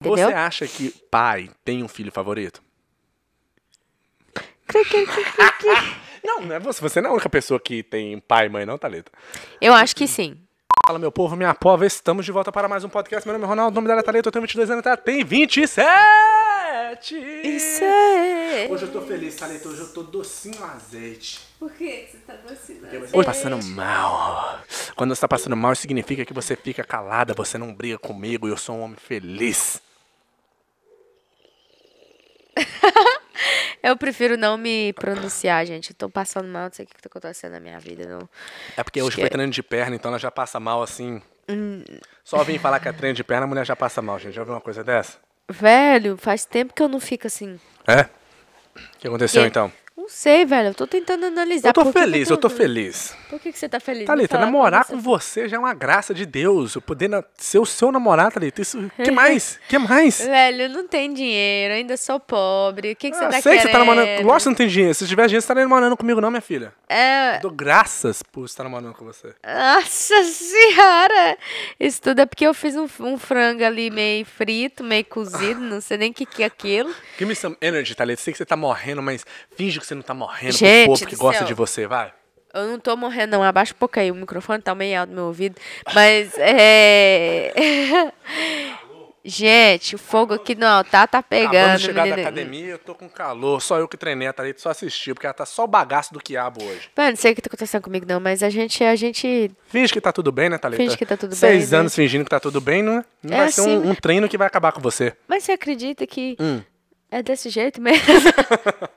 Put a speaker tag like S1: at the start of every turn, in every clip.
S1: Entendeu?
S2: Você acha que pai tem um filho favorito?
S1: Cri, cri, cri, cri, cri.
S2: Não, não é você. Você não é a única pessoa que tem pai e mãe, não, Thalita.
S1: Eu acho que sim.
S2: Fala, meu povo, minha pova, estamos de volta para mais um podcast. Meu nome é Ronaldo, o nome dela é Thalita, eu tenho 22 anos, ela tem 27!
S1: Isso é.
S2: Hoje eu tô feliz, Thalita, hoje eu tô docinho no azeite.
S3: Por que você tá docinando?
S2: Hoje passando mal. Quando você tá passando mal, significa que você fica calada, você não briga comigo, eu sou um homem feliz.
S1: Eu prefiro não me pronunciar, gente. Eu tô passando mal, não sei o que que tá acontecendo na minha vida. Não.
S2: É porque hoje foi
S1: Esquece.
S2: treino de perna, então ela já passa mal assim.
S1: Hum.
S2: Só vim falar que é treino de perna, a mulher já passa mal, gente. Já ouviu uma coisa dessa?
S1: Velho, faz tempo que eu não fico assim.
S2: É? O que aconteceu
S1: Que?
S2: então?
S1: Não sei, velho. Eu tô tentando analisar.
S2: Eu tô
S1: por que que
S2: feliz, eu tô feliz.
S1: Por que, que você tá feliz?
S2: Thalita,
S1: Me fala
S2: namorar
S1: como
S2: com você já é uma graça de Deus. Eu poder na- ser o seu namorado, Thalita. Isso. Que mais? Que mais?
S1: Velho, não tem dinheiro, ainda sou pobre. O que, que você
S2: Ah,
S1: tá
S2: sei que você tá namorando.
S1: querendo?
S2: Lógico que você não tem dinheiro. Se tiver dinheiro, você tá namorando comigo, não, minha filha.
S1: É,
S2: Eu dou graças por estar namorando com você.
S1: nossa senhora! Isso tudo é porque eu fiz um, um frango ali meio frito, meio cozido, não sei nem o que, que é aquilo.
S2: Give me some energy, Thalita. Sei que você tá morrendo, mas finge que você não tá morrendo
S1: Gente
S2: pro povo que
S1: do
S2: gosta
S1: céu.
S2: de você, vai.
S1: Eu não tô morrendo, não. Abaixa um pouco aí, o microfone tá meio alto no meu ouvido. Mas é. Gente, o fogo aqui no altar tá
S2: Acabando
S1: pegando.
S2: de Ah, chegar
S1: menina.
S2: da academia, eu tô com calor. Só eu que treinei a Thalita, só assistiu, porque ela tá só o bagaço do quiabo hoje.
S1: Mano, não sei o que tá acontecendo comigo, não, mas a gente, a gente
S2: Finge que tá tudo bem, né, Thalita?
S1: Finge que tá tudo
S2: Seis
S1: bem, né?
S2: anos fingindo que tá tudo bem, não é? Não
S1: É
S2: vai ser um-
S1: assim.
S2: um, treino que vai acabar com você.
S1: Mas você acredita que
S2: Hum.
S1: é desse jeito mesmo?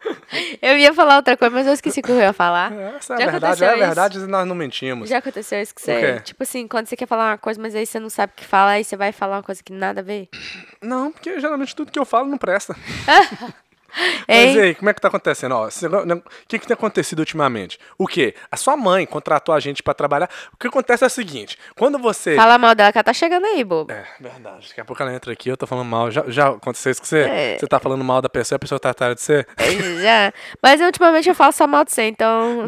S1: eu ia falar outra coisa, mas eu esqueci o que eu ia falar.
S2: Essa é
S1: Já
S2: a verdade,
S1: aconteceu
S2: é a
S1: isso?
S2: verdade, nós não mentimos.
S1: Já aconteceu isso que
S2: O quê?
S1: você. Tipo assim, quando você quer falar uma coisa, mas aí você não sabe o que falar, aí você vai falar uma coisa que nada a ver.
S2: Não, porque geralmente tudo que eu falo não presta. Mas e
S1: Hein?
S2: aí, como é que tá acontecendo? Ó, esse negócio- o que que tem acontecido ultimamente? O quê? A sua mãe contratou a gente pra trabalhar. O que acontece é o seguinte, quando você...
S1: Fala mal dela, que ela tá chegando aí, bobo.
S2: É, verdade. Daqui a pouco ela entra aqui, eu tô falando mal. Já, já aconteceu isso com você?
S1: É.
S2: Você tá falando mal da pessoa, a pessoa tá atrás de você?
S1: Já. Mas ultimamente eu falo só mal de você, então.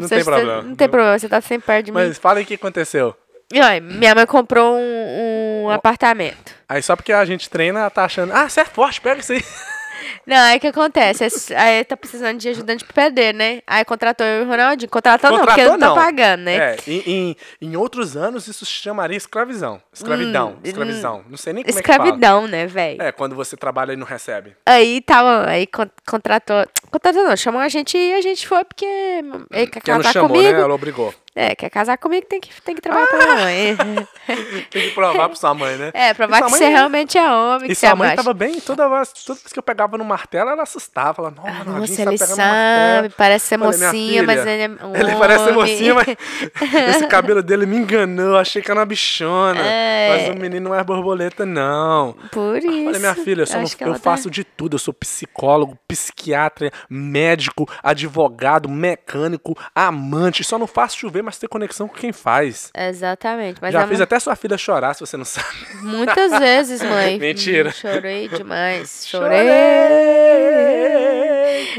S2: Não
S1: você,
S2: tem
S1: você-
S2: problema.
S1: Não tem problema, você tá sempre perto de mim.
S2: Mas fala aí o que aconteceu.
S1: E olha, minha mãe comprou um, um apartamento.
S2: Aí só porque a gente treina, ela tá achando, ah, você é forte, pega isso aí.
S1: Não, aí o que acontece? Esse- Aí tá precisando de ajudante pro PD, né? Aí contratou eu e o Ronaldinho. Contratou, Tá não, porque eu não tô pagando, né?
S2: É, em, em- em outros anos isso se chamaria escravidão. Escravidão, escravidão. Não sei nem como é que
S1: Hum, Escravidão, né, velho?
S2: fala. É, quando você trabalha e não recebe.
S1: Aí tava, aí con- contratou. Contratou não, chamou a gente e a gente foi porque ele quer
S2: Porque ela não
S1: casar
S2: chamou,
S1: comigo.
S2: né? Ela obrigou.
S1: É, quer casar comigo tem que, tem que trabalhar pra minha mãe.
S2: Tem que provar pra sua mãe, né?
S1: É,
S2: E
S1: provar
S2: sua
S1: que
S2: mãe-
S1: você realmente é homem, que
S2: E
S1: você
S2: sua
S1: é
S2: mãe
S1: macho.
S2: tava bem, toda vez, toda vez que eu pegava no martelo, ela assustava. Falava, não,
S1: Ah,
S2: Ronaldinho,
S1: Nossa,
S2: você tá
S1: ele
S2: pegando no
S1: sabe,
S2: martelo.
S1: parece ser
S2: Falei, "Minha
S1: mocinha, mas
S2: filha,
S1: ele é um
S2: Ele parece ser
S1: homem."
S2: mocinha, mas esse cabelo dele me enganou. Achei que era uma bichona.
S1: É.
S2: Mas o menino não é borboleta, não.
S1: Por isso.
S2: Ah, Olha, minha filha, eu, sou-
S1: acho que
S2: eu
S1: ela tá-
S2: faço de tudo. Eu sou psicólogo, psiquiatra, médico, advogado, mecânico, amante. Só não faço chover, mas ter conexão com quem faz.
S1: Exatamente, mas
S2: Já
S1: a
S2: fiz
S1: mãe-
S2: até sua filha chorar, se você não sabe.
S1: muitas vezes, mãe.
S2: Mentira.
S1: Hum, Chorei demais, chorei.
S2: Chorei!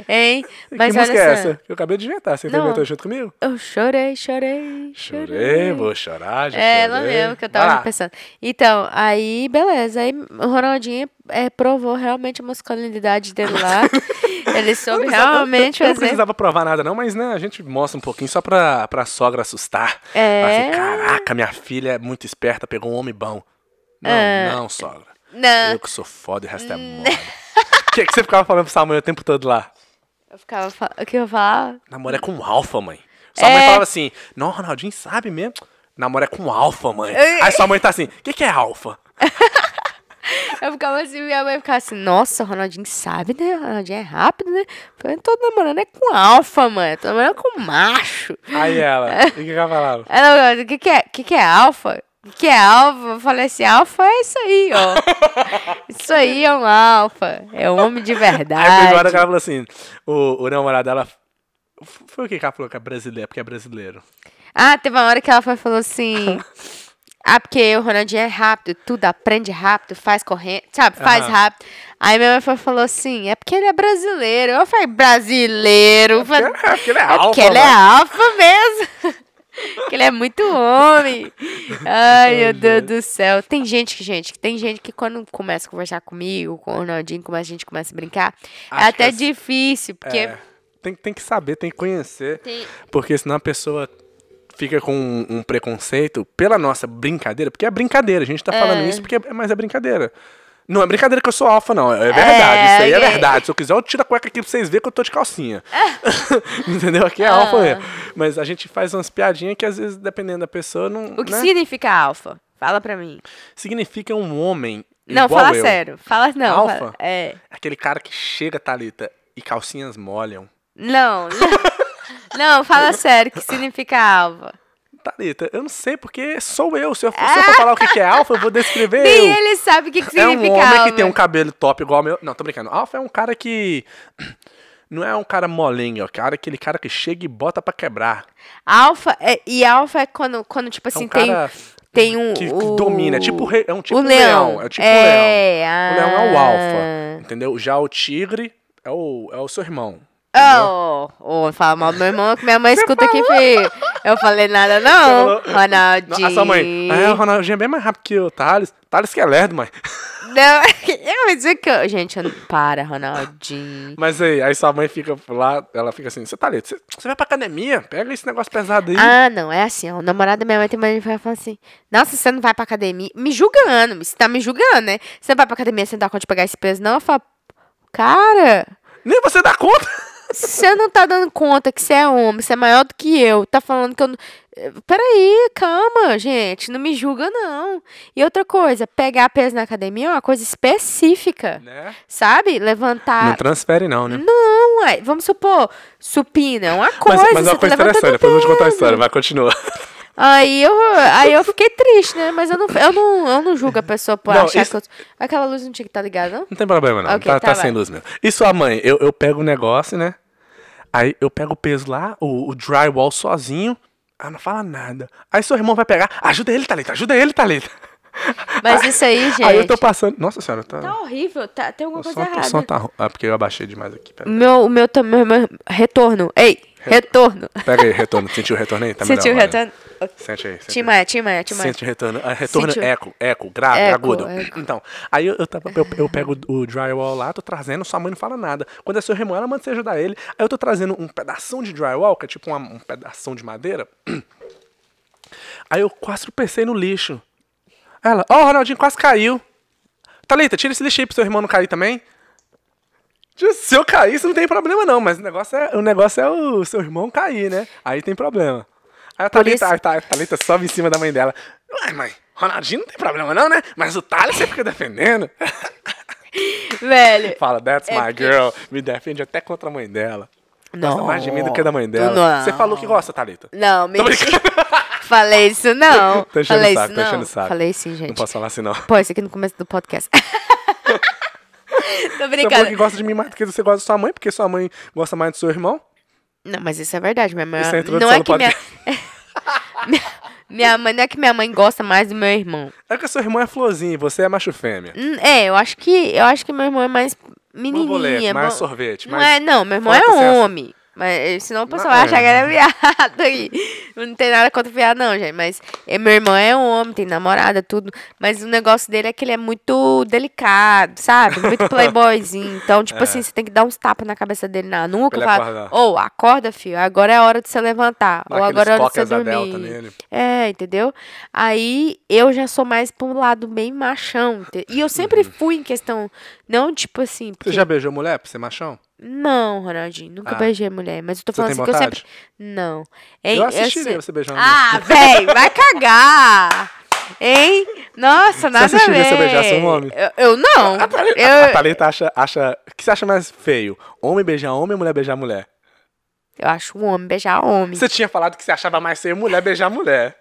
S1: Hein? Mas
S2: que
S1: olha
S2: música é
S1: só.
S2: essa? Eu acabei de inventar. Você
S1: Não.
S2: inventou junto comigo?
S1: Eu chorei, chorei, chorei.
S2: Chorei, vou chorar, já
S1: É, ela
S2: chorei.
S1: mesmo, que eu
S2: Vai
S1: tava
S2: lá.
S1: pensando. Então, aí, beleza. Aí o Ronaldinho é, provou realmente a masculinidade dele lá. Ele
S2: Eu
S1: soube
S2: não precisava- eu-
S1: realmente
S2: eu, não
S1: fazer.
S2: precisava provar nada, não, mas né, a gente mostra um pouquinho só pra, pra sogra assustar.
S1: É.
S2: Fala assim, Caraca, minha filha é muito esperta, pegou um homem bom. Não,
S1: Ah.
S2: não, sogra.
S1: Não.
S2: Eu que sou foda e o resto é moda. O que, que você ficava falando pra sua mãe o tempo todo lá?
S1: Eu ficava falando. O que eu falava?
S2: Namora é com alfa, mãe. Sua mãe
S1: É.
S2: falava assim, não, Ronaldinho sabe mesmo. Namora é com alfa, mãe. Aí sua mãe tá assim, o que, que é alfa?
S1: Eu ficava assim, minha mãe ficava assim, nossa, o Ronaldinho sabe, né? O Ronaldinho é rápido, né? Eu falei, "Eu tô namorando é com alfa, mãe. Eu tô namorando com macho.
S2: Aí
S1: É.
S2: ela, o que, que ela falava?
S1: Ela, o que que é, que que é alfa? O que que é alfa? Eu falei assim, alfa é isso aí, ó. isso aí é um alfa. É um homem de
S2: Aí teve uma hora
S1: verdade.
S2: que ela falou assim, o, o namorado dela... f- Foi o que que ela falou que é brasileiro, porque é brasileiro.
S1: Ah, teve uma hora que ela foi- falou assim... Ah, porque o Ronaldinho é rápido, tudo aprende rápido, faz correndo, sabe? Faz
S2: Aham.
S1: rápido. Aí minha mãe foi- falou assim, é porque ele é brasileiro. Eu falei, brasileiro? Eu falei,
S2: Porque ele é
S1: É
S2: alfa,
S1: porque ele é
S2: mãe.
S1: alfa mesmo. Porque ele é muito homem. Ai, meu Deus do céu. Tem gente que, gente, tem gente que quando começa a conversar comigo, com o Ronaldinho, começa, a gente começa a brincar, é
S2: Acho que
S1: até
S2: é-
S1: difícil, porque.
S2: É, tem, tem que saber, tem que conhecer.
S1: Tem-
S2: Porque senão a pessoa fica com um, um preconceito pela nossa brincadeira, porque é brincadeira, a gente tá falando isso porque é, mas é brincadeira. Não é brincadeira que eu sou alfa, não. É verdade,
S1: É,
S2: isso aí
S1: ok.
S2: é verdade. Se eu quiser, eu tiro a cueca aqui pra vocês verem que eu tô de calcinha. Entendeu? Aqui é alfa mesmo. Mas a gente faz umas piadinhas que às vezes, dependendo da pessoa, não.
S1: O que
S2: né?
S1: significa alfa? Fala pra mim.
S2: Significa um homem.
S1: Não,
S2: igual
S1: fala
S2: eu.
S1: sério. Fala não.
S2: Alfa?
S1: fala- é.
S2: Aquele cara que chega, Thalita, e calcinhas molham.
S1: Não. não. não, fala sério. O que significa alfa?
S2: Thalita, eu não sei porque sou eu. Se eu, for- se eu for falar o que que é alfa, eu vou descrever eu.
S1: Nem ele sabe o que, que
S2: É um
S1: significa
S2: homem
S1: alfa.
S2: que tem um cabelo top igual ao meu. Não, tô brincando. Alfa é um cara que. Não é um cara molenho, é um cara, aquele cara que chega e bota pra quebrar.
S1: Alfa é- e alfa é quando, quando tipo
S2: É
S1: assim,
S2: um
S1: tem,
S2: cara
S1: tem um.
S2: que, que
S1: o-
S2: domina. É tipo, o rei- é um tipo
S1: o
S2: um
S1: leão.
S2: leão. É tipo um leão.
S1: é,
S2: O leão é o
S1: ah.
S2: alfa. Entendeu? Já o tigre é o, é o seu irmão. entendeu?
S1: Oh, oh, fala mal do meu irmão que minha mãe escuta aqui, filho. Eu falei nada, não.
S2: Você falou-
S1: Ronaldinho.
S2: A sua mãe. Ah, é, o Ronaldinho é bem mais rápido que o Thales. Thales que é lerdo, mãe.
S1: Não, eu ia dizer que. eu- Gente, eu não... para, Ronaldinho.
S2: Mas aí, aí sua mãe fica lá, ela fica assim, você tá você você vai pra academia, pega esse negócio pesado aí.
S1: Ah, não, é assim, ó. O namorado da minha mãe tem mania de falar assim: Nossa, você não vai pra academia? Me julgando, você tá me julgando, né? Você não vai pra academia, você não dá conta de pegar esse peso, não? Eu falo, cara,
S2: Nem você dá conta.
S1: você não tá dando conta que você é homem, você é maior do que eu, tá falando que eu. não. Eh, Peraí, calma, gente, não me julga, não. E outra coisa, pegar peso na academia é uma coisa específica,
S2: Né?
S1: sabe?
S2: Não
S1: Levantar.
S2: transfere não,
S1: Hum,
S2: né?
S1: Não, ué, vamos supor, supina é uma coisa.
S2: mas, mas é uma
S1: você tá
S2: coisa
S1: levantando
S2: interessante, depois eu vou te contar a
S1: peso.
S2: história, mas continua.
S1: Aí eu, aí eu fiquei triste, né? Mas eu não, eu não, eu não julgo a pessoa por
S2: Não,
S1: achar
S2: isso-
S1: que eu... Aquela luz não tinha que estar ligada, não?
S2: Não tem problema não,
S1: Ok,
S2: tá,
S1: tá,
S2: tá
S1: vai.
S2: sem luz mesmo. E sua mãe, eu, eu pego o negócio, né? Aí eu pego o peso lá, o, o drywall sozinho, ela não fala nada. Aí seu irmão vai pegar, ajuda ele, Thalita, ajuda ele, Thalita.
S1: Mas isso aí, gente...
S2: Aí eu tô passando, nossa senhora, tá...
S1: Tá horrível, tá, tem
S2: o
S1: alguma
S2: som,
S1: coisa
S2: o
S1: errada.
S2: som tá... ru- Ah, porque eu abaixei demais aqui, pera.
S1: Meu, o meu, tam- meu, meu retorno. Ei, retorno.
S2: Pega aí, retorno. Sentiu o retorno aí? Tá melhor
S1: Sentiu o
S2: agora.
S1: retorno?
S2: Sente aí. Sente,
S1: Tim
S2: aí.
S1: Maia, Tim Maia, Tim Maia.
S2: Sente o retorno. Ah, retorno
S1: Sentiu.
S2: eco, eco, grave,
S1: Eco,
S2: agudo.
S1: eco.
S2: Então, aí eu, eu tava- eu- eu pego o drywall lá, tô trazendo, sua mãe não fala nada. Quando é seu irmão, ela manda você ajudar ele. Aí eu tô trazendo um pedação de drywall, que é tipo uma- um pedação de madeira. Aí eu quase tropecei no lixo. Ela, ó, o Ronaldinho quase caiu. Thalita, tira esse lixo aí pro seu irmão não cair também. Tio, Se eu cair, isso não tem problema, não. Mas o negócio é o, negócio é o seu irmão cair, né? Aí tem problema. Aí a Thalita,
S1: isso-
S2: a Tha- a Thalita sobe em cima da mãe dela. Ué, mãe, Ronaldinho não tem problema, não, né? Mas o Thales você fica defendendo.
S1: Velho.
S2: Fala, that's
S1: É
S2: my
S1: porque-
S2: girl. Me defende até contra a mãe dela. Gosta mais de mim do que da mãe
S1: tu
S2: dela.
S1: não.
S2: Você falou que gosta, Thalita.
S1: Não,
S2: Tô
S1: mentira.
S2: brincando.
S1: Falei isso não.
S2: Tô enchendo
S1: Falei
S2: o saco,
S1: isso
S2: tô enchendo
S1: não.
S2: o saco.
S1: Falei sim, gente.
S2: Não posso falar assim, não.
S1: Pô, isso aqui no começo do podcast. Tô
S2: Você falou que
S1: brincando.
S2: gosta de mim mais do que você gosta da sua mãe, porque sua mãe gosta mais do seu irmão.
S1: Não, mas isso é verdade. Minha mãe.
S2: Isso é a
S1: não
S2: introdução
S1: é
S2: do
S1: que minha... minha. minha mãe não é que minha mãe gosta mais do meu irmão.
S2: É que seu irmão é florzinho, você é macho fêmea.
S1: Hum, É, eu acho que eu acho que meu irmão é mais menininha.
S2: Borboleta, mais
S1: bo-
S2: sorvete,
S1: Não
S2: mais
S1: é, não. Meu irmão é
S2: falta senso.
S1: homem. Mas eh, senão o pessoal
S2: Não,
S1: vai
S2: é.
S1: achar que ele é viado aí. Não tem nada contra viado, não, gente. Mas eh, meu irmão é homem, tem namorada, tudo. Mas o negócio dele é que ele é muito delicado, sabe? Muito playboyzinho. Então, tipo assim, você tem que dar uns tapas na cabeça dele na nuca e
S2: É. Pra ele
S1: falar:
S2: acordar.
S1: Ô, acorda, filho. Agora é a hora de você levantar.
S2: Dá
S1: ou
S2: aqueles
S1: agora é a hora de você
S2: coques da Delta
S1: dormir.
S2: nele.
S1: É, entendeu? Aí eu já sou mais pra um lado bem machão. ente- E eu sempre fui em questão. Não, tipo assim.
S2: Uhum. Você
S1: porque-
S2: já beijou mulher pra ser machão?
S1: Não, Ronaldinho,
S2: Ah.
S1: nunca beijei mulher. Mas eu tô
S2: Você
S1: falando
S2: tem
S1: assim que eu
S2: vontade?
S1: sempre. Não.
S2: eu
S1: Hein,
S2: assistiria
S1: se-
S2: você beijando mulher.
S1: Ah, véi, vai cagar! Hein? Nossa, nada a
S2: assistiria
S1: ver.
S2: se eu beijasse um homem? Ah, tá,
S1: Eu, eu não.
S2: A Thalita, a- a
S1: Eu,
S2: Thalita acha, acha. O que você acha mais feio? Homem beijar homem ou mulher beijar mulher?
S1: eu acho um homem beijar homem.
S2: Você tinha falado que você achava mais feio mulher beijar mulher.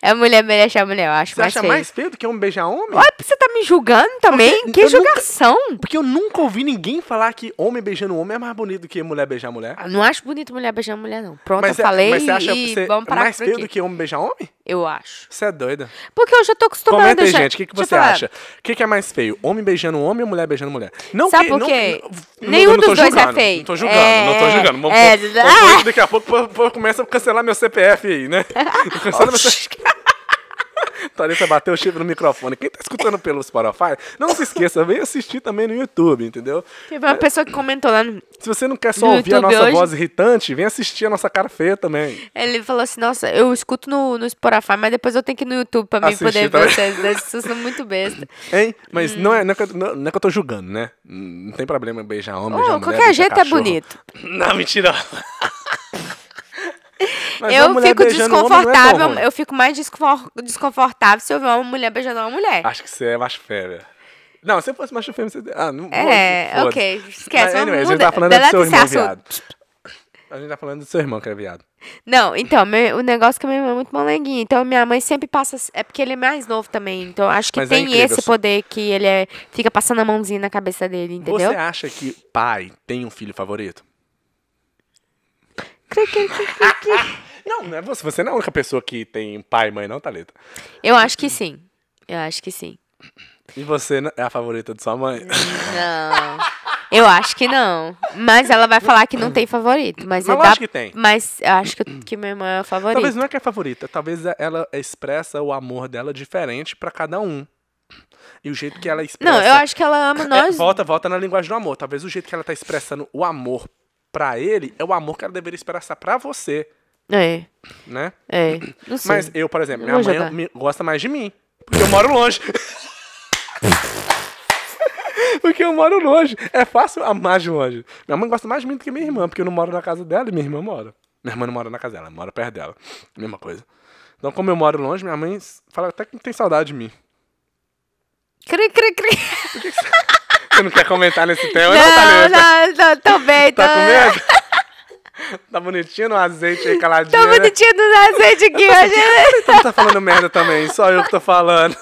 S1: É mulher merece a mulher, eu acho
S2: Você
S1: mais
S2: acha
S1: feio.
S2: mais feio do que homem beijar homem?
S1: Ué, você tá me julgando também?
S2: Porque
S1: que
S2: eu
S1: julgação!
S2: Porque eu nunca ouvi ninguém falar que homem beijando homem é mais bonito do que mulher beijar mulher.
S1: Ah, Não acho bonito mulher beijando mulher, não. Pronto, eu
S2: é-
S1: falei
S2: mas você acha
S1: e
S2: você
S1: vamos
S2: é
S1: parar
S2: mais
S1: por
S2: feio
S1: aqui.
S2: do que homem beijar homem?
S1: Eu acho.
S2: Você é doida.
S1: Porque eu já tô acostumada,
S2: Comenta aí,
S1: já-
S2: gente, o que, que
S1: deixa eu
S2: você
S1: falar.
S2: acha? O que, que é mais feio? Homem beijando homem ou mulher beijando mulher? Não
S1: Sabe
S2: que,
S1: por
S2: não-
S1: quê?
S2: não-
S1: Nenhum
S2: não tô
S1: dos dois é
S2: julgando,
S1: feio.
S2: Não tô julgando, não tô
S1: É,
S2: julgando. Vamos-
S1: é,
S2: vamos-
S1: ah!
S2: vamos- daqui a pouco o povo- o povo começa a cancelar meu CPF aí, né? Cancela meu CPF. Thalita bateu o chifre no microfone. Quem tá escutando pelo Spotify, não se esqueça, vem assistir também no YouTube, entendeu?
S1: Teve uma pessoa que comentou lá no...
S2: Se você não quer só
S1: No
S2: ouvir a
S1: YouTube
S2: nossa
S1: hoje?
S2: voz irritante, vem assistir a nossa cara feia também.
S1: Ele falou assim, nossa, eu escuto no, no Spotify, mas depois eu tenho que ir no YouTube pra mim
S2: Assistir
S1: poder ver
S2: também.
S1: vocês. Vocês são muito besta.
S2: Hein? Mas não, é, não, é que eu, não- não é que eu tô julgando, né? Não tem problema beijar homem, beijar
S1: Oh,
S2: mulher,
S1: qualquer
S2: beijar
S1: jeito é
S2: cachorro.
S1: bonito.
S2: Não, mentira. Mas uma
S1: eu
S2: mulher
S1: fico
S2: beijando homem não é tão
S1: desconfortável,
S2: ruim.
S1: eu fico mais desconfor- desconfortável se eu ver uma mulher beijando uma mulher.
S2: Acho que você é macho fêmea. Não, se eu fosse macho fêmea, você... Ah, não
S1: É,
S2: foda-se.
S1: ok, esquece,
S2: Mas,
S1: vamos
S2: anyway, a gente
S1: mudar-
S2: tá falando do seu
S1: deleta
S2: irmão
S1: esse
S2: viado.
S1: assunto.
S2: A gente tá falando do seu irmão que é viado.
S1: Não, então, meu- o negócio é que meu irmão é muito molenguinho. Então, minha mãe sempre passa. É porque ele é mais novo também. Então, acho que
S2: Mas é
S1: tem
S2: incrível,
S1: esse
S2: só-
S1: poder que ele é, fica passando a mãozinha na cabeça dele, entendeu?
S2: Você é acha que pai tem um filho favorito?
S1: Cri, cri, cri, cri, cri.
S2: Não, não é você. Você não é a única pessoa que tem pai e mãe, não, Thalita.
S1: Eu acho que sim. Eu acho que sim.
S2: E você não- é a favorita de sua mãe?
S1: Não. Eu acho que não. Mas ela vai falar que não tem favorito. Mas,
S2: Mas
S1: eu
S2: lógico que tem.
S1: Mas eu acho que, que meu irmão é o favorito.
S2: Talvez não é que é favorita, talvez ela expressa o amor dela diferente pra cada um. E o jeito que ela expressa.
S1: Não, eu acho que ela ama
S2: É,
S1: nós.
S2: volta, volta na linguagem do amor. Talvez o jeito que ela tá expressando o amor pra ele é o amor que ela deveria expressar pra você,
S1: É,
S2: né?
S1: é. Não sei.
S2: Mas eu, por exemplo,
S1: Eu
S2: minha
S1: vou
S2: mãe
S1: jogar.
S2: me- gosta mais de mim. Porque eu moro longe. porque eu moro longe. É fácil amar de longe. Minha mãe gosta mais de mim do que minha irmã, porque eu não moro na casa dela e minha irmã mora. Minha irmã não mora na casa dela, mora perto dela. Mesma coisa. Então, como eu moro longe, minha mãe s- fala até que tem saudade de mim.
S1: Cri, cri, cri.
S2: Você não quer comentar nesse tema? não,
S1: Não,
S2: Thalita?
S1: não, não, tô bem.
S2: Tá
S1: tô-
S2: com medo? tá bonitinho no azeite aí, caladinho,
S1: Tô
S2: né?
S1: Tá bonitinho do azeite aqui hoje.
S2: Então não tá falando merda também, só eu que tô falando.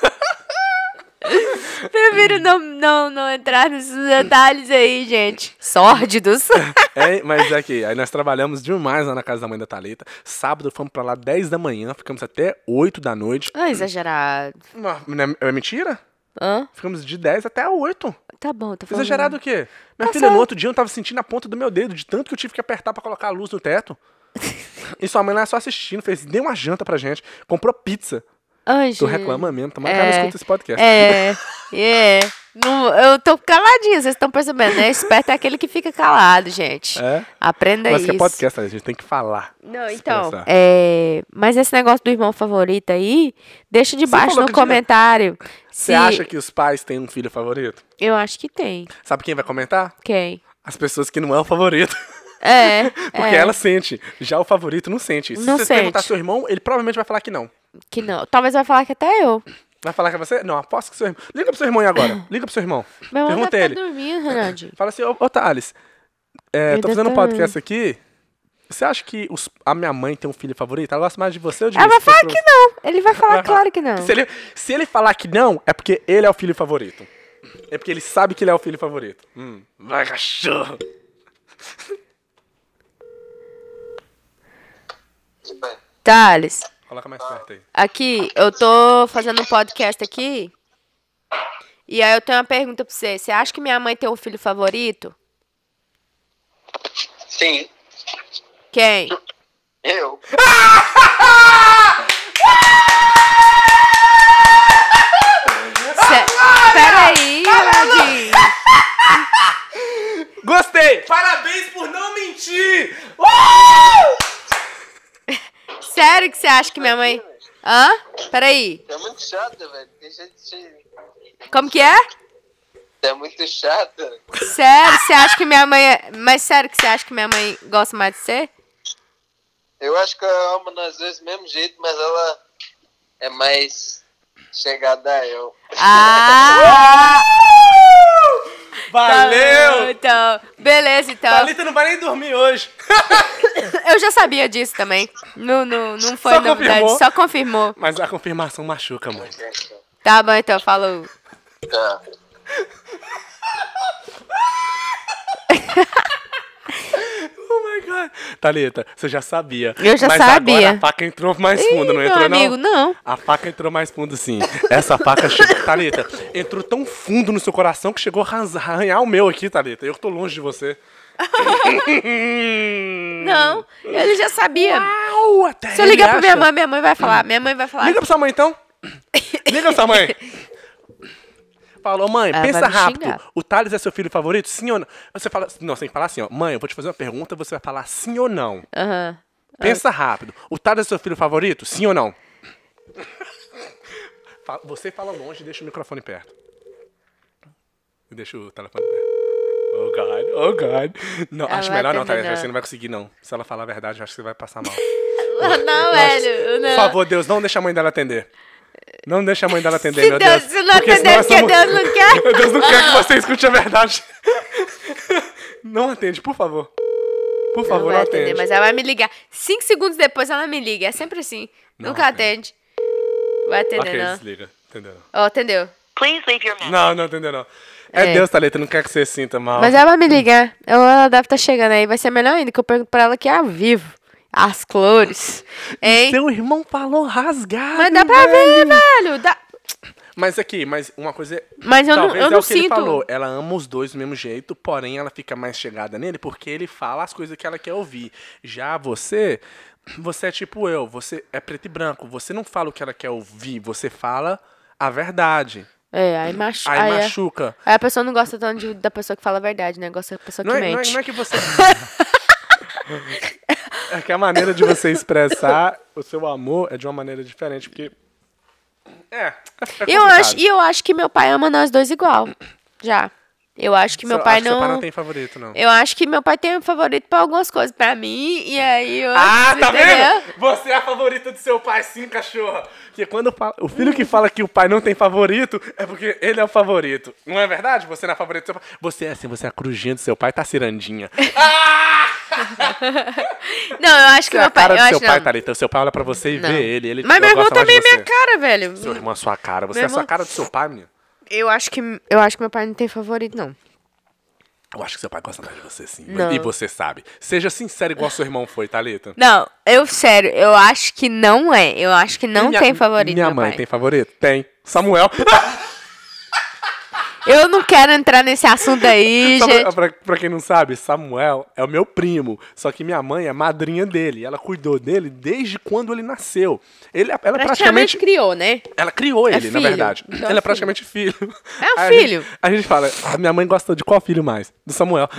S1: Prefiro não, não, não entrar nesses detalhes aí, gente. Sórdidos.
S2: É, mas é que aí nós trabalhamos demais lá na casa da mãe da Thalita. Sábado fomos pra lá 10 da manhã, ficamos até 8 da noite.
S1: Ah, exagerado.
S2: Uma- né, É mentira?
S1: Hã?
S2: Ficamos de 10 até 8.
S1: Tá bom, tô falando.
S2: Exagerado o quê? Minha
S1: Tá
S2: filha, no
S1: certo.
S2: outro dia eu tava sentindo a ponta do meu dedo, de tanto que eu tive que apertar pra colocar a luz no teto. E sua mãe lá só assistindo, fez, deu uma janta pra gente, comprou pizza.
S1: Ai, gente.
S2: Tu reclama mesmo, tomara que ela não
S1: É,
S2: escuta esse podcast.
S1: É, é. Não, eu tô caladinha, vocês estão percebendo, né? Esperto é aquele que fica calado, gente.
S2: É?
S1: Aprenda
S2: Mas
S1: isso.
S2: que é podcast, a gente tem que falar.
S1: Não,
S2: se
S1: então,
S2: expressar.
S1: é, mas esse negócio do irmão favorito aí, deixa de
S2: Você
S1: baixo
S2: falou
S1: no
S2: que tinha.
S1: comentário. Se
S2: Você acha que os pais têm um filho favorito?
S1: Eu acho que tem.
S2: Sabe quem vai comentar?
S1: Quem?
S2: As pessoas que não é o favorito.
S1: É,
S2: Porque
S1: é,
S2: ela sente. Já o favorito não sente. Se
S1: Não
S2: você
S1: sente.
S2: perguntar ao seu irmão, ele provavelmente vai falar que não.
S1: que não. Talvez vai falar que até eu.
S2: Vai falar que é você? Não, aposto que seu irmão. Liga pro seu irmão aí agora. Liga pro seu irmão.
S1: Meu irmão
S2: Pergunta
S1: deve
S2: ele.
S1: tá dormindo, Renaldinho.
S2: Fala assim, ô, ô Thales, é,
S1: Eu
S2: tô fazendo um
S1: também.
S2: podcast aqui. Você acha que os- a minha mãe tem um filho favorito? Ela gosta mais de você ou de
S1: Ela
S2: mim?
S1: vai
S2: Se fosse
S1: falar
S2: pra
S1: que não. Ele vai falar,
S2: Vai falar.
S1: claro que não.
S2: Se ele, se ele falar que não, é porque ele é o filho favorito. É porque ele sabe que ele é o filho favorito. Hum, vai, cachorro.
S1: Thales,
S2: Coloca mais perto aí.
S1: aqui, eu tô fazendo um podcast aqui. E aí eu tenho uma pergunta pra você. Você acha que minha mãe tem um filho favorito?
S4: Sim,
S1: Quem?
S4: eu.
S1: Cê... Peraí, Renaldinho.
S2: Gostei! Parabéns por não mentir!
S1: Sério que você acha que minha mãe... Hã? Peraí.
S4: Você é muito chata, velho. Deixa de ser.
S1: Como que é?
S4: Você é muito chata.
S1: Sério, você acha que minha mãe é... Mas sério que você acha que minha mãe gosta mais de você?
S4: Eu acho que eu amo nós dois do mesmo jeito, mas ela é mais chegada a eu.
S1: Ah!
S2: Valeu! Tá
S1: Então, beleza, então.
S2: Thalita não vai nem dormir hoje.
S1: Eu já sabia disso também. Não, não, não foi
S2: Só
S1: novidade,
S2: confirmou.
S1: só confirmou.
S2: Mas a confirmação machuca, mãe.
S1: Tá bom, então, falou.
S4: Tá.
S2: Oh my god. Thalita, você já sabia.
S1: Eu já
S2: mas
S1: sabia.
S2: Agora a faca entrou mais
S1: Ih,
S2: fundo, não
S1: meu
S2: entrou,
S1: amigo, não.
S2: A faca entrou mais fundo, sim. Essa faca chegou. Thalita, entrou tão fundo no seu coração que chegou a arran- arranhar o meu aqui, Thalita. Eu que tô longe de você.
S1: Não, ele já sabia.
S2: Au, até
S1: Se eu
S2: ele
S1: ligar pra minha
S2: acha. Hum.
S1: mãe, minha mãe vai falar. Minha mãe vai falar.
S2: Liga pra sua mãe, então. Liga pra sua mãe. Falou, mãe,
S1: Ela
S2: pensa
S1: vai me
S2: rápido.
S1: xingar.
S2: O Thales é seu filho favorito? Sim ou não? Você fala. Não, você tem que falar assim, ó. Mãe, eu vou te fazer uma pergunta, você vai falar sim ou não.
S1: Aham.
S2: Pensa rápido. O Thales é seu filho favorito? Sim ou não? Fa- Você fala longe e deixa o microfone perto. E Deixa o telefone perto. Oh, God. Oh, God. Não,
S1: Ela
S2: acho
S1: vai
S2: melhor não, Thales.
S1: terminar.
S2: Você não vai conseguir, não. Se ela falar a verdade, eu acho que você vai passar mal.
S1: Ah, Não, velho. Não.
S2: Por favor, Deus, não deixa a mãe dela atender. Não deixa a mãe dela atender,
S1: Se
S2: meu
S1: Deus,
S2: Deus.
S1: se não
S2: porque
S1: atender,
S2: senão
S1: porque
S2: essa mu-
S1: Deus não quer.
S2: Meu Deus não quer que você escute a verdade. Não atende, por favor. Por
S1: Não
S2: favor,
S1: vai
S2: não,
S1: atender,
S2: atende.
S1: mas ela vai me ligar. Cinco segundos depois ela me liga. É sempre assim.
S2: Não
S1: Nunca
S2: atende.
S1: atende. Vai atender,
S2: Ok,
S1: não.
S2: desliga. Entendeu? não.
S1: Ó, atendeu.
S5: Please leave your message.
S2: Não, não entendeu, não. É,
S1: É.
S2: Deus, Thalita, não quer que você sinta mal.
S1: Mas ela vai me ligar. Ou ela deve estar chegando aí. Vai ser melhor ainda que eu pergunto pra ela que é ao vivo. As cores. Hein?
S2: Seu irmão falou rasgado. né?
S1: Mas dá pra ver, velho. Dá...
S2: Mas aqui, mas uma coisa é.
S1: Mas eu não-
S2: Talvez
S1: eu
S2: é
S1: não
S2: o que ele
S1: sinto.
S2: falou. Ela ama os dois do mesmo jeito, porém ela fica mais chegada nele porque ele fala as coisas que ela quer ouvir. Já você, você é tipo eu, você é preto e branco. Você não fala o que ela quer ouvir, você fala a verdade.
S1: É, aí, machu...
S2: Aí
S1: aí, é-
S2: machuca.
S1: aí a pessoa não gosta tanto de- da pessoa que fala a verdade, né? Gosta da pessoa que
S2: Não é, não, é,
S1: mente.
S2: não é que você. é que a maneira de você expressar o seu amor é de uma maneira diferente, porque. É. é
S1: eu
S2: complicado.
S1: acho, e eu acho que meu pai ama nós dois igual. Já. Eu acho que meu
S2: Seu-
S1: pai
S2: acho que seu
S1: não.
S2: não tem favorito, não.
S1: Eu acho que meu pai tem um favorito pra algumas coisas. Pra mim, e aí eu.
S2: Ah, tá
S1: entendeu?
S2: vendo? Você é a favorita do seu pai, sim, cachorra. Porque quando fala- o filho que fala que o pai não tem favorito é porque ele é o favorito. Não é verdade? Você não é a favorita do seu pai. Você é assim, você é a crujinha do seu pai, tá cirandinha.
S1: Não, eu acho que
S2: é a
S1: meu pai.
S2: cara
S1: Eu
S2: do seu
S1: acho
S2: Ah! pai,
S1: não.
S2: Thalita. O seu pai olha pra você e
S1: Não.
S2: vê ele. ele
S1: Mas
S2: não
S1: meu irmão
S2: gosta mais de
S1: também é
S2: você.
S1: minha cara, velho.
S2: Seu irmão é a sua cara. Você
S1: Meu
S2: é a sua
S1: irmão-
S2: cara do seu pai, menino?
S1: Eu acho que eu acho que meu pai não tem favorito não.
S2: Eu acho que seu pai gosta mais de você, sim.
S1: Não.
S2: E você sabe. Seja sincero igual seu irmão foi, tá, Thalita.
S1: Não, eu sério, eu acho que não é. Eu acho que não
S2: Minha-
S1: tem favorito
S2: Minha
S1: meu
S2: mãe
S1: pai.
S2: tem favorito? Tem. Samuel.
S1: Eu não quero entrar nesse assunto aí,
S2: Só pra-
S1: gente.
S2: pra, pra quem não sabe, Samuel é o meu primo. Só que minha mãe é madrinha dele. Ela cuidou dele desde quando ele nasceu. Ele, é, ela praticamente.
S1: Praticamente criou, né?
S2: Ela criou ele, na
S1: filho.
S2: verdade.
S1: Então é
S2: ele é
S1: filho.
S2: praticamente filho.
S1: É um
S2: Aí a gente-
S1: filho.
S2: A gente fala, "Ah, minha mãe gosta de qual filho mais? Do Samuel.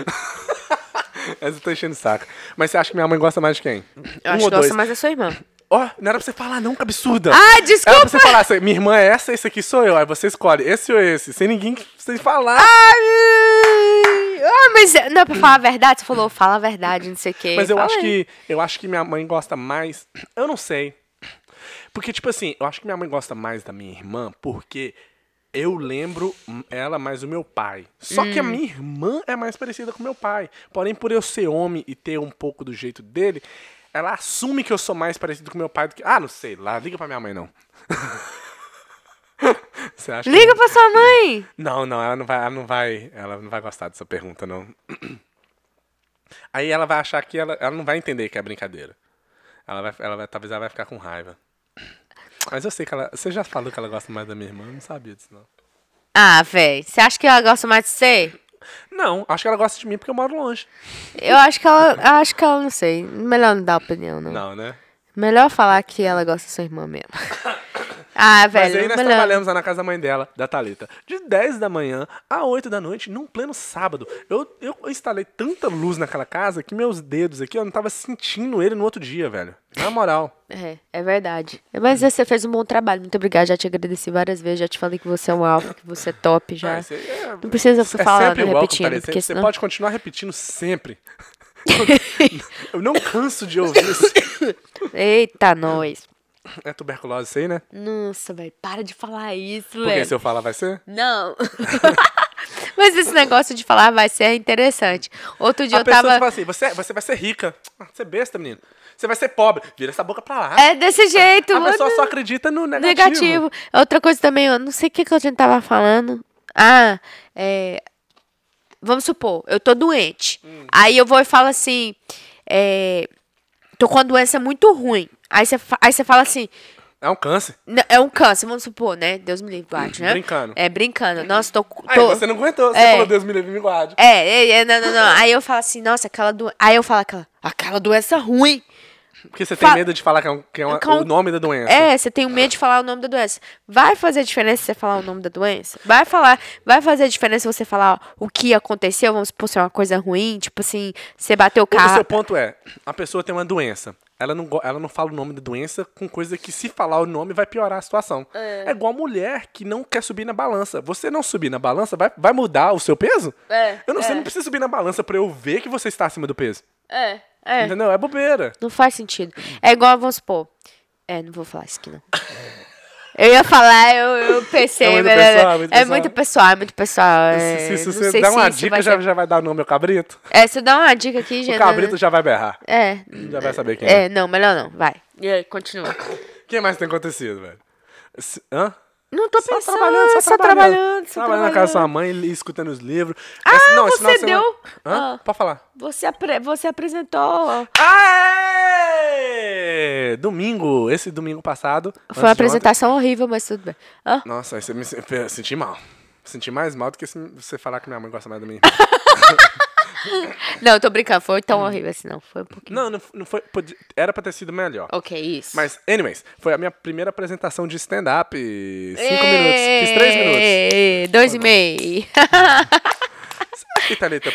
S2: Mas eu tô enchendo o saco. Mas você acha que minha mãe gosta mais de quem? Um
S1: Eu acho que gosta mais da sua irmã.
S2: Ó, não era pra você falar, não, que absurda.
S1: Ah,
S2: Era
S1: desculpa.
S2: pra você falar, "Essa- minha irmã é essa, esse aqui sou eu. Aí você escolhe esse ou esse, sem ninguém sem falar.
S1: Ai, ah, mas não é pra falar a verdade, você falou, fala a verdade, não sei o quê.
S2: Mas eu acho
S1: Falei.
S2: que eu acho que minha mãe gosta mais. Eu não sei. Porque tipo assim, eu acho que minha mãe gosta mais da minha irmã porque eu lembro ela mais do meu pai. Só que a minha irmã é mais parecida com meu pai. Porém, por eu ser homem e ter um pouco do jeito dele, ela assume que eu sou mais parecido com meu pai do que. Ah, não sei. Lá, liga pra minha mãe, não. Você acha que-
S1: Liga pra sua mãe.
S2: não, não, ela não vai, ela não vai, ela não vai gostar dessa pergunta, não. Aí ela vai achar que ela, ela não vai entender que é brincadeira. Ela vai, ela vai, talvez ela vai ficar com raiva. Mas eu sei que ela, você já falou que ela gosta mais da minha irmã, eu não sabia disso não.
S1: Ah, velho, você acha que ela gosta mais de você?
S2: Não, acho que ela gosta de mim porque eu moro longe.
S1: Eu acho que ela. Acho que ela não sei. Melhor não dar opinião, não.
S2: Não, né?
S1: Melhor falar que ela gosta da sua irmã mesmo. ah,
S2: Mas
S1: velho.
S2: aí nós
S1: melhor.
S2: trabalhamos lá na casa da mãe dela, da Thalita, de 10 da manhã a 8 da noite, num pleno sábado. Eu, eu instalei tanta luz naquela casa que meus dedos aqui, eu não tava sentindo ele no outro dia, velho. Na moral.
S1: É, é verdade. Mas você fez um bom trabalho. Muito obrigada. Já te agradeci várias vezes. Já te falei que você é um alfa, que você é top já.
S2: Ah, isso aí é-
S1: Não precisa
S2: é
S1: falar
S2: sempre
S1: né,
S2: igual,
S1: repetindo.
S2: Thalita.
S1: porque
S2: Você
S1: senão...
S2: pode continuar repetindo sempre. Eu não canso de ouvir isso.
S1: Eita, nós.
S2: É tuberculose isso aí, né?
S1: Nossa, velho, para de falar isso,
S2: Porque
S1: velho.
S2: se eu falar vai ser?
S1: Não. Mas esse negócio de falar vai ser interessante. Outro dia
S2: a
S1: eu
S2: pessoa
S1: tava.
S2: fala assim, você, você vai ser rica. Ah, Você é besta, menino. Você vai ser pobre. Vira essa boca pra lá.
S1: É desse jeito,
S2: "Ah, a pessoa
S1: mano.
S2: só acredita no negativo.
S1: Negativo. Outra coisa também, eu não sei o que, que a gente tava falando. Ah, é. Vamos supor, eu tô doente.
S2: Hum.
S1: Aí eu vou e falo assim. É, tô com uma doença muito ruim. Aí você fa- aí você fala assim.
S2: É um câncer.
S1: "N- É um câncer, vamos supor, né? Deus me livre, bate, né?
S2: Brincando.
S1: É, brincando. Nossa, tô.
S2: Aí
S1: tô-
S2: você não aguentou. Você
S1: É.
S2: falou, Deus me livre, me guarde.
S1: É, é, é, não, não, não. Aí eu falo assim, nossa, aquela doença. Aí eu falo aquela, aquela doença ruim.
S2: Porque você tem
S1: Fa-
S2: medo de falar que é, um- que é uma-
S1: Com-
S2: o nome da doença.
S1: É, você tem medo de falar o nome da doença. Vai fazer diferença você falar o nome da doença? Vai falar, vai fazer diferença você falar ó, o que aconteceu, vamos supor, se é uma coisa ruim, tipo assim, você bateu o
S2: O- O
S1: carro.
S2: seu ponto é, a pessoa tem uma doença. Ela não, go- ela não fala o nome da doença com coisa que, se falar o nome, vai piorar a situação. É, igual a mulher que não quer subir na balança. Você não subir na balança, vai, vai mudar o seu peso?
S1: É,
S2: Eu não sei,
S1: é.
S2: não precisa subir na balança pra eu ver que você está acima do peso.
S1: É, é.
S2: Entendeu? É bobeira.
S1: Não faz sentido. É igual, vamos supor. É, não vou falar isso aqui, não. Eu ia falar, eu, eu pensei.
S2: É muito
S1: mas-
S2: pessoal, é muito
S1: é
S2: pessoal.
S1: muito pessoal, é muito pessoal. é,
S2: se se- se
S1: não
S2: você
S1: sei
S2: dá
S1: se
S2: uma
S1: isso
S2: dica,
S1: vai
S2: já,
S1: ser-
S2: já vai dar o nome ao cabrito.
S1: É, se eu dar uma dica aqui, já. né?
S2: O cabrito já vai berrar.
S1: É.
S2: Já vai saber quem é.
S1: É, não, melhor não. Vai. E aí, continua.
S2: O que mais tem acontecido, velho? Se- Hã?
S1: Não tô
S2: Só
S1: pensando,
S2: trabalhando, só, trabalhando.
S1: só
S2: Trabalhando na
S1: trabalhando.
S2: casa da sua mãe, li- escutando os livros.
S1: Ah,
S2: Esse- esse
S1: você
S2: final de semana-
S1: deu-
S2: Hã?
S1: Ah.
S2: Pode falar.
S1: Você, apre- você apresentou.
S2: Aê! Domingo, esse domingo passado.
S1: Foi uma
S2: antes de ontem-
S1: apresentação horrível, mas tudo bem. Hã?
S2: Nossa, aí você me se- eu senti mal. Senti mais mal do que se você falar que minha mãe gosta mais da minha.
S1: Não, eu tô brincando, foi tão horrível assim, não. Foi um pouquinho.
S2: não, não, não foi. podi- Era pra ter sido melhor.
S1: Ok, isso.
S2: Mas, anyways, foi a minha primeira apresentação de stand-up. Cinco minutos. Fiz três minutos.
S1: minutos. Dois e meio.
S2: E, Thalita,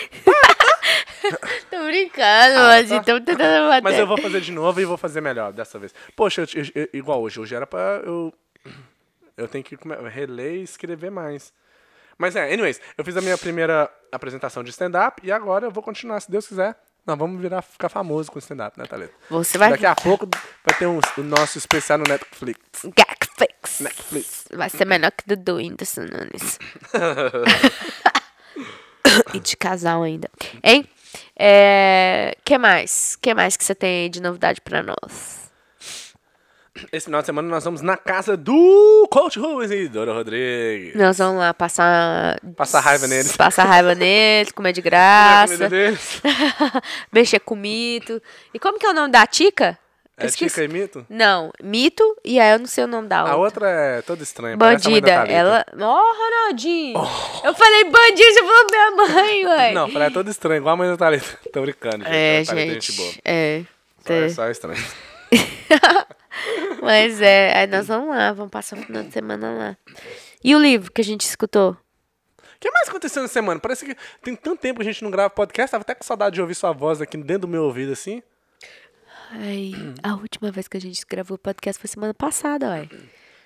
S1: tô brincando,
S2: Ah,
S1: mas
S2: tá.
S1: então tentando bater.
S2: Mas eu vou fazer de novo e vou fazer melhor dessa vez. Poxa, eu- eu- eu- igual hoje. Hoje era pra eu. Eu tenho que come- reler e escrever mais. Mas é, anyways, eu fiz a minha primeira apresentação de stand-up e agora eu vou continuar, se Deus quiser. Nós vamos virar, ficar famoso com stand-up, né, Thalita?
S1: Você vai-
S2: Daqui a pouco vai ter um- o nosso especial no Netflix.
S1: Netflix.
S2: Netflix.
S1: Vai ser melhor que Dudu e Whindersson Nunes. e de casal ainda. Hein? É... que mais? que mais que você tem aí de novidade pra nós?
S2: Esse final de semana nós vamos na casa do Coach Ruiz e Dora Rodrigues.
S1: Nós vamos lá passar...
S2: Passar raiva neles.
S1: Passar raiva neles, comer de
S2: Olha a
S1: graça.
S2: comida deles.
S1: mexer com mito. E como que é o nome da Tica?
S2: É
S1: Eu
S2: Tica
S1: esqueci.
S2: e Mito?
S1: Não, mito e aí eu não sei o nome da outra.
S2: A outra é toda estranha. parece a mãe tá da Thalita.
S1: Bandida, ela. Ó, Ronaldinho! Eu falei bandida, você falou minha mãe, ué.
S2: Oh. Não, falei, é todo estranho, igual a mãe do Thalita. Tô brincando, gente.
S1: É,
S2: a Thalita é
S1: gente.
S2: boa.
S1: É.
S2: Só, é
S1: tá.
S2: só estranho.
S1: Mas é, aí nós vamos lá, vamos passar o final de semana lá. E o livro que a gente escutou?
S2: O que mais aconteceu na semana? Parece que tem tanto tempo que a gente não grava podcast, tava até com saudade de ouvir sua voz aqui dentro do meu ouvido, assim.
S1: Ai, a última vez que a gente gravou o podcast foi semana passada, ué.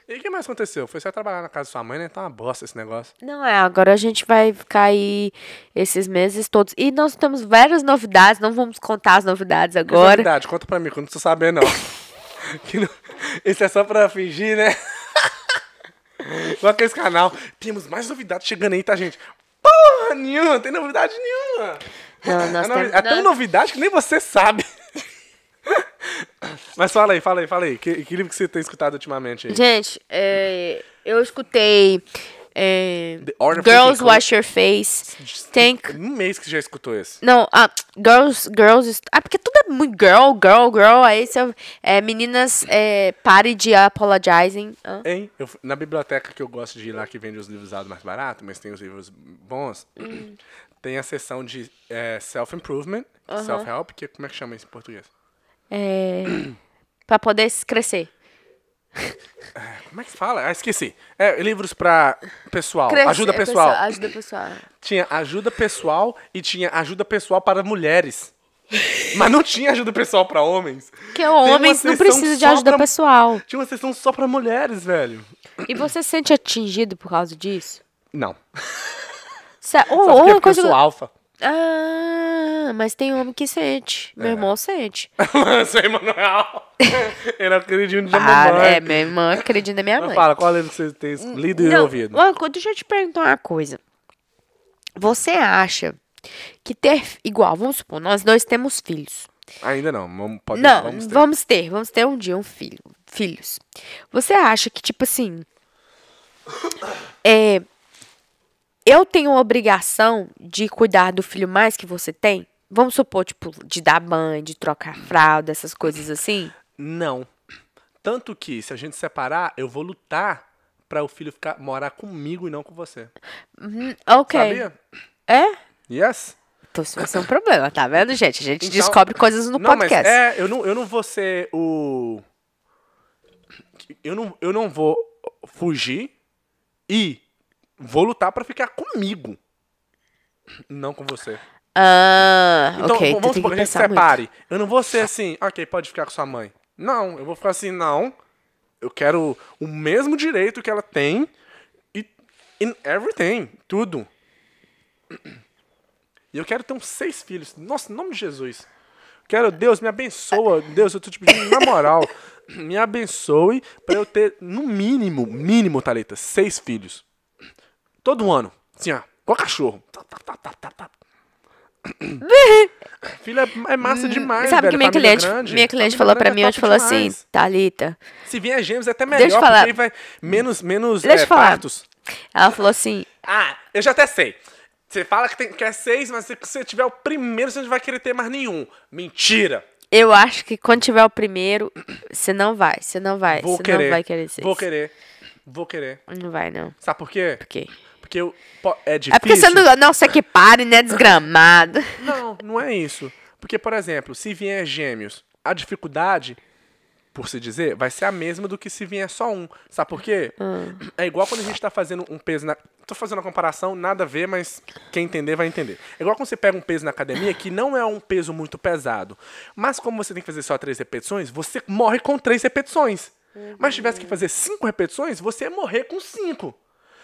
S2: E o que mais aconteceu? Foi só trabalhar na casa da sua mãe, né? Tá uma bosta esse negócio.
S1: Não é, agora a gente vai ficar aí esses meses todos. E nós temos várias novidades, não vamos contar as novidades
S2: Mas é
S1: agora.
S2: verdade, conta pra mim, que eu não preciso saber, não. que não... Isso é só pra fingir, né? Igual aquele canal. Temos mais novidades chegando aí, tá, gente? Porra nenhuma, não tem novidade nenhuma.
S1: Não, nós
S2: É novi-
S1: temos-
S2: É tão
S1: nós-
S2: novidade que nem você sabe. Mas fala aí, fala aí, fala aí. Que, que livro que você tem escutado ultimamente aí?
S1: Gente, é, eu escutei é,
S2: The Order of
S1: Girls
S2: Thinking.
S1: Wash Your Face. Think.
S2: Um mês que já escutou esse.
S1: Não, ah, girls, girls. Ah, porque tudo é muito girl, girl, girl. Aí você, é, meninas, é, pare de apologizing. Hã?
S2: Hein? Eu f- na biblioteca que eu gosto de ir lá, que vende os livros usados mais barato, mas tem os livros bons, tem a seção de é, self-improvement, self-help, que como é que chama isso em português?
S1: É, pra poder crescer.
S2: Como é que fala? Ah, esqueci. É, livros pra pessoal,
S1: Crescer,
S2: ajuda pessoal.
S1: Ajuda pessoal.
S2: Tinha ajuda pessoal e tinha ajuda pessoal para mulheres. Mas não tinha ajuda pessoal pra homens.
S1: Porque
S2: Tem uma
S1: homens não
S2: sessão
S1: precisam de
S2: só
S1: ajuda
S2: pra-
S1: pessoal.
S2: Tinha uma sessão só pra mulheres, velho.
S1: E você se sente atingido por causa disso?
S2: Não.
S1: Sa-
S2: Sabe
S1: Ou,
S2: por
S1: ou
S2: quê?
S1: uma
S2: Porque eu
S1: coisa.
S2: sou alfa.
S1: Ah, mas tem homem que sente.
S2: É.
S1: Meu irmão sente.
S2: Seu Emanuel. Ele é o queridinho de
S1: Ah,
S2: mamãe.
S1: é, minha irmã acredita na minha
S2: Mas
S1: mãe. Hum,
S2: Fala, qual livro que você tem lido e
S1: Não,
S2: ouvido?
S1: Marco, deixa eu te perguntar uma coisa. Você acha que ter. Igual, vamos supor, nós dois temos filhos.
S2: Ainda não, vamos, pode,
S1: não,
S2: vamos ter.
S1: vamos ter, vamos ter um dia um filho, filhos. Você acha que tipo assim, é, eu tenho a obrigação de cuidar do filho mais que você tem? Vamos supor tipo de dar banho, de trocar fralda, essas coisas assim.
S2: Não. Tanto que, se a gente separar, eu vou lutar pra o filho ficar, morar comigo e não com você.
S1: Hum, ok.
S2: Sabia?
S1: É?
S2: Yes?
S1: Então isso vai ser um problema, tá vendo, gente? A gente
S2: Então-
S1: descobre coisas no
S2: não,
S1: podcast.
S2: mas é, eu não, eu não vou ser o. Eu não, eu não vou fugir e vou lutar pra ficar comigo. Não com você.
S1: Ah,
S2: Então,
S1: ok. tu
S2: vamos
S1: tem
S2: supor
S1: que
S2: que a gente
S1: pensar muito.
S2: separe. Eu não vou ser assim, ok, pode ficar com sua mãe. Não, eu vou ficar assim, não. Eu quero o mesmo direito que ela tem e in everything, tudo. E eu quero ter uns seis filhos. Nossa, em nome de Jesus. Quero, Deus, me abençoa. Deus, eu tô te pedindo na moral. Me abençoe pra eu ter, no mínimo, mínimo, Thalita, seis filhos. Todo ano. Assim, ó. Igual cachorro. Tá, tá, tá, tá, tá, tá. Uhum. Filho é, é massa demais,
S1: Sabe
S2: velho.
S1: que minha
S2: Família
S1: cliente,
S2: grande.
S1: minha cliente
S2: Família
S1: falou
S2: grande
S1: pra
S2: é
S1: mim
S2: top
S1: hoje, falou assim,
S2: demais.
S1: Talita.
S2: Se vier gêmeos é até melhor,
S1: Deixa eu falar.
S2: porque aí vai menos, menos
S1: Deixa
S2: é,
S1: eu falar.
S2: partos.
S1: Ela falou assim,
S2: Ah, eu já até sei. Você fala que tem, quer seis, mas se você tiver o primeiro, você não vai querer ter mais nenhum. Mentira!
S1: eu acho que quando tiver o primeiro, você não vai, você não vai,
S2: Vou
S1: É, você
S2: querer.
S1: não vai querer ser.
S2: Vou querer. Vou querer.
S1: Não vai, não.
S2: Sabe por quê?
S1: Por quê?
S2: Porque eu, po- é difícil.
S1: É porque você não, não se equipare, né, desgramado.
S2: Não, não é isso. Porque, por exemplo, se vier gêmeos, a dificuldade, por se dizer, vai ser a mesma do que se vier só um. Sabe por quê? É igual quando a gente tá fazendo um peso na. Tô fazendo uma comparação, nada a ver, mas quem entender vai entender. É igual quando você pega um peso na academia que não é um peso muito pesado. Mas como você tem que fazer só três repetições, você morre com três repetições. Mas se tivesse que fazer cinco repetições, você ia morrer com cinco.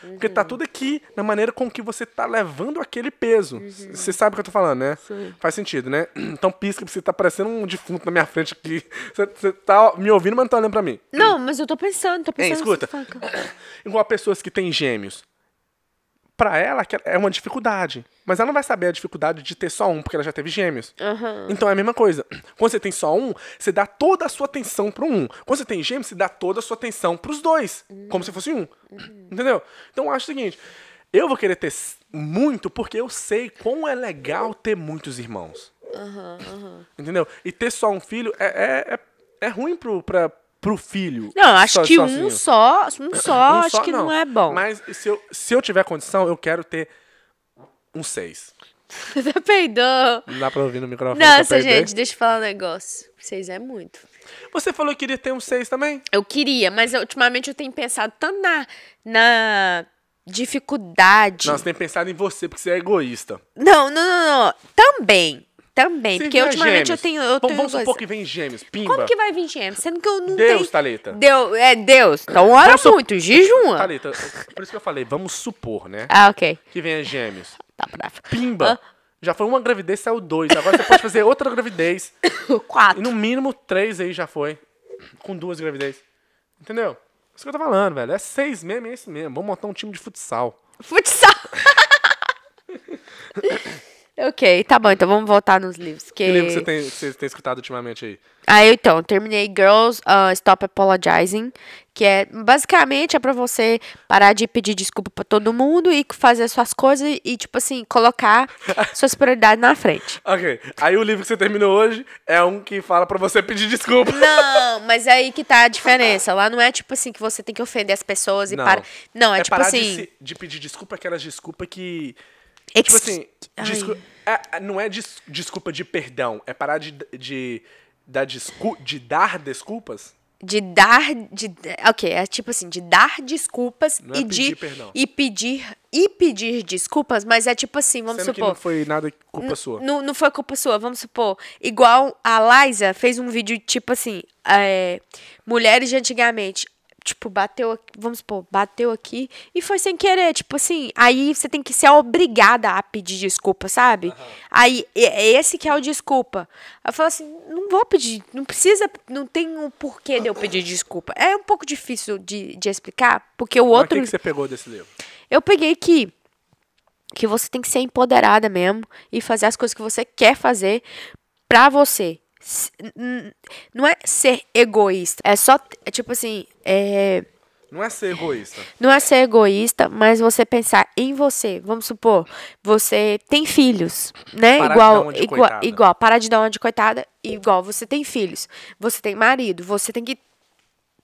S2: Porque tá tudo aqui na maneira com que você tá levando aquele peso. Você sabe o que eu tô falando, né? Faz sentido, né? Então pisca, porque você tá parecendo um defunto na minha frente aqui. Você, você tá me ouvindo, mas não tá olhando pra mim.
S1: Não, mas eu tô pensando, tô pensando.
S2: Hein, escuta.
S1: nessa faca.
S2: Igual pessoas que têm gêmeos. Pra ela aquela- é uma dificuldade. Mas ela não vai saber a dificuldade de ter só um, porque ela já teve gêmeos. Então é a mesma coisa. Quando você tem só um, você dá toda a sua atenção pro um. Quando você tem gêmeos, você dá toda a sua atenção pros dois. Como se fosse um. Entendeu? Então eu acho o seguinte: eu vou querer ter s- muito porque eu sei quão é legal ter muitos irmãos. Entendeu? E ter só um filho é, é, é, é ruim pro, pra, pro filho.
S1: Não, eu acho
S2: so-
S1: que
S2: sozinho.
S1: um só, um só,
S2: Um
S1: acho
S2: só,
S1: que não. é bom.
S2: Mas se eu, se eu tiver condição, eu quero ter um seis.
S1: Você peidou.
S2: Não dá pra ouvir no microfone. que eu
S1: Nossa,
S2: peidei.
S1: gente, deixa eu falar um negócio. Vocês é muito.
S2: Você falou que queria ter um seis também?
S1: Eu queria, mas eu- ultimamente eu tenho pensado tanto na, na dificuldade.
S2: Não, você tem pensado em você, porque você é egoísta.
S1: Não, não, não, não. Também. Também.
S2: Se
S1: É, porque
S2: vier
S1: ultimamente eu
S2: gêmeos,
S1: tenho. Eu
S2: vamos-
S1: tenho
S2: vamos
S1: coisa.
S2: supor que vem gêmeos. Pimba.
S1: Como que vai vir gêmeos? Sendo que eu
S2: Deus,
S1: não tenho.
S2: Thalita.
S1: Deus, é Deus. Então ora
S2: Vamos Tá su-
S1: muito, jejuma.
S2: Thalita, por isso que eu falei, vamos supor, né?
S1: Ah, ok.
S2: Que venha gêmeos.
S1: Tá brava.
S2: Pimba.
S1: Ah.
S2: Já foi uma gravidez, saiu dois. Agora você pode fazer outra gravidez. E
S1: Quatro.
S2: no mínimo três aí já foi. Com duas gravidez. Entendeu? Isso que eu tô falando, velho. É seis mesmo, é isso mesmo. Vamos montar um time de futsal.
S1: Futsal. ok, tá bom. Então vamos voltar nos livros.
S2: Que livro você
S1: Que...
S2: tem, que você tem escutado ultimamente aí?
S1: Aí então, terminei Girls ah, Stop Apologizing, que é basicamente é pra você parar de pedir desculpa pra todo mundo e fazer suas coisas e, tipo assim, colocar suas prioridades na frente.
S2: Ok. Aí o livro que você terminou hoje é um que fala pra você pedir desculpa.
S1: Não, mas é aí que tá a diferença. Lá não é tipo assim que você tem que ofender as pessoas e
S2: Não.
S1: para. Não, é, tipo
S2: parar
S1: assim.
S2: de, se- de pedir desculpa, aquelas desculpas que.
S1: ex-
S2: Tipo assim.
S1: Ai.
S2: descu- é- é- não é des- desculpa de perdão. É parar de, de, dar discu- de dar desculpas.
S1: De dar. De, ok, é tipo assim, de dar desculpas
S2: Não é
S1: e de.
S2: pedir perdão.
S1: E pedir. E pedir desculpas, mas é tipo assim, vamos
S2: sendo que
S1: supor.
S2: não foi nada culpa sua.
S1: Não, não foi culpa sua, vamos supor. Igual a Liza fez um vídeo tipo assim: é, mulheres de antigamente. Tipo, bateu, aqui- vamos supor, bateu aqui e foi sem querer. Tipo assim, aí você tem que ser obrigada a pedir desculpa, sabe? Aí, e- é esse que é o desculpa. Aí eu falo assim, não vou pedir, não precisa, não tem um porquê de eu pedir desculpa. É um pouco difícil de, de explicar, porque o
S2: Mas O
S1: outro.
S2: que, que você pegou desse livro?
S1: Eu peguei que que você tem que ser empoderada mesmo e fazer as coisas que você quer fazer pra você. S- n- Não é ser egoísta, é só, é tipo assim, é,
S2: Não é ser egoísta.
S1: não é ser egoísta, mas você pensar em você. Vamos supor, você tem filhos,
S2: Parar
S1: né?
S2: de dar
S1: igual,
S2: uma de
S1: igual,
S2: coitada.
S1: igual, parar de dar uma de coitada, igual você tem filhos, você tem marido, você tem que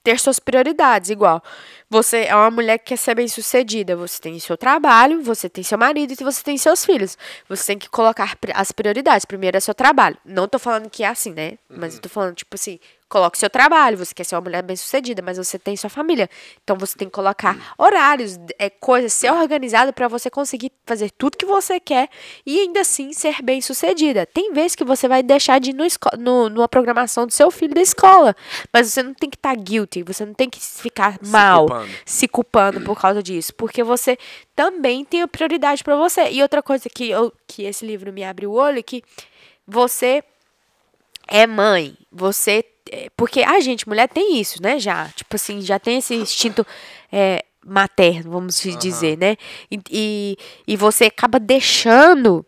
S1: ter suas prioridades, igual. Você é uma mulher que quer ser bem-sucedida, você tem seu trabalho, você tem seu marido e você tem seus filhos. Você tem que colocar pri- as prioridades. Primeiro é seu trabalho. Não tô falando que é assim, né?
S2: Uhum.
S1: Mas eu tô falando, tipo assim, coloque seu trabalho, você quer ser uma mulher bem-sucedida, mas você tem sua família. Então você tem que colocar horários, é coisa, ser organizado para você conseguir fazer tudo que você quer e ainda assim ser bem-sucedida. Tem vezes que você vai deixar de ir no esco- no- numa programação do seu filho da escola, mas você não tem que estar guilty, você não tem que ficar mal,
S2: culpando.
S1: se culpando por causa disso, porque você também tem a prioridade para você. E outra coisa que eu que esse livro me abre o olho é que você é mãe, você. é, Porque a gente, mulher, tem isso, né? Já. Tipo assim, já tem esse instinto é, materno, vamos se dizer, né? E, e, e você acaba deixando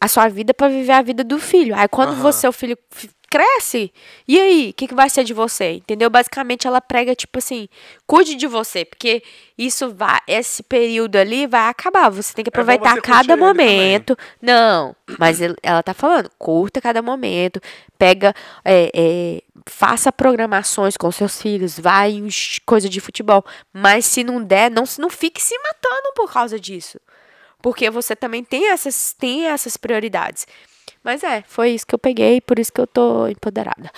S1: a sua vida pra viver a vida do filho. Aí quando
S2: Aham.
S1: você, o filho fi- cresce, e aí? O que, que vai ser de você? Entendeu? Basicamente, ela prega, tipo assim, cuide de você, porque isso vai, esse período ali vai acabar. Você tem que
S2: É bom
S1: aproveitar
S2: você curtir
S1: cada
S2: ele também.
S1: momento. Não, mas el- ela tá falando, curta cada momento, pega, é, é, faça programações com seus filhos, vai em sh- coisa de futebol, mas se não der, não, se- não fique se matando por causa disso, porque você também tem essas, tem essas prioridades. Mas é, foi isso que eu peguei, por isso que eu tô empoderada.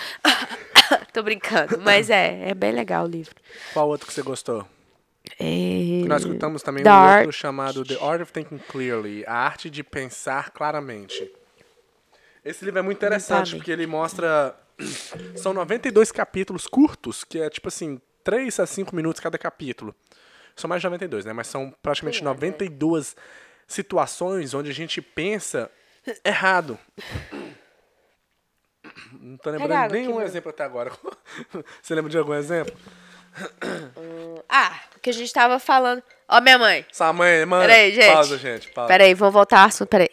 S1: tô brincando, mas é, é bem legal o livro.
S2: Qual outro que você gostou?
S1: É,
S2: Nós escutamos também
S1: The
S2: um
S1: Art-
S2: outro chamado The Art of Thinking Clearly, a arte de pensar claramente. Esse livro é muito interessante
S1: sabe.
S2: porque ele mostra são 92 capítulos curtos, que é tipo assim, 3 a 5 minutos cada capítulo. São mais de 92, né? Mas são
S1: É,
S2: praticamente 92 situações onde a gente pensa errado. Não tô lembrando
S1: água aqui,
S2: nenhum
S1: Bruno.
S2: exemplo até agora. Você lembra de algum exemplo?
S1: ah, o que a gente tava falando, ó minha mãe.
S2: Sua mãe, mano.
S1: Peraí, gente.
S2: Pausa, gente. Pausa.
S1: Peraí, vamos voltar ao assunto, peraí.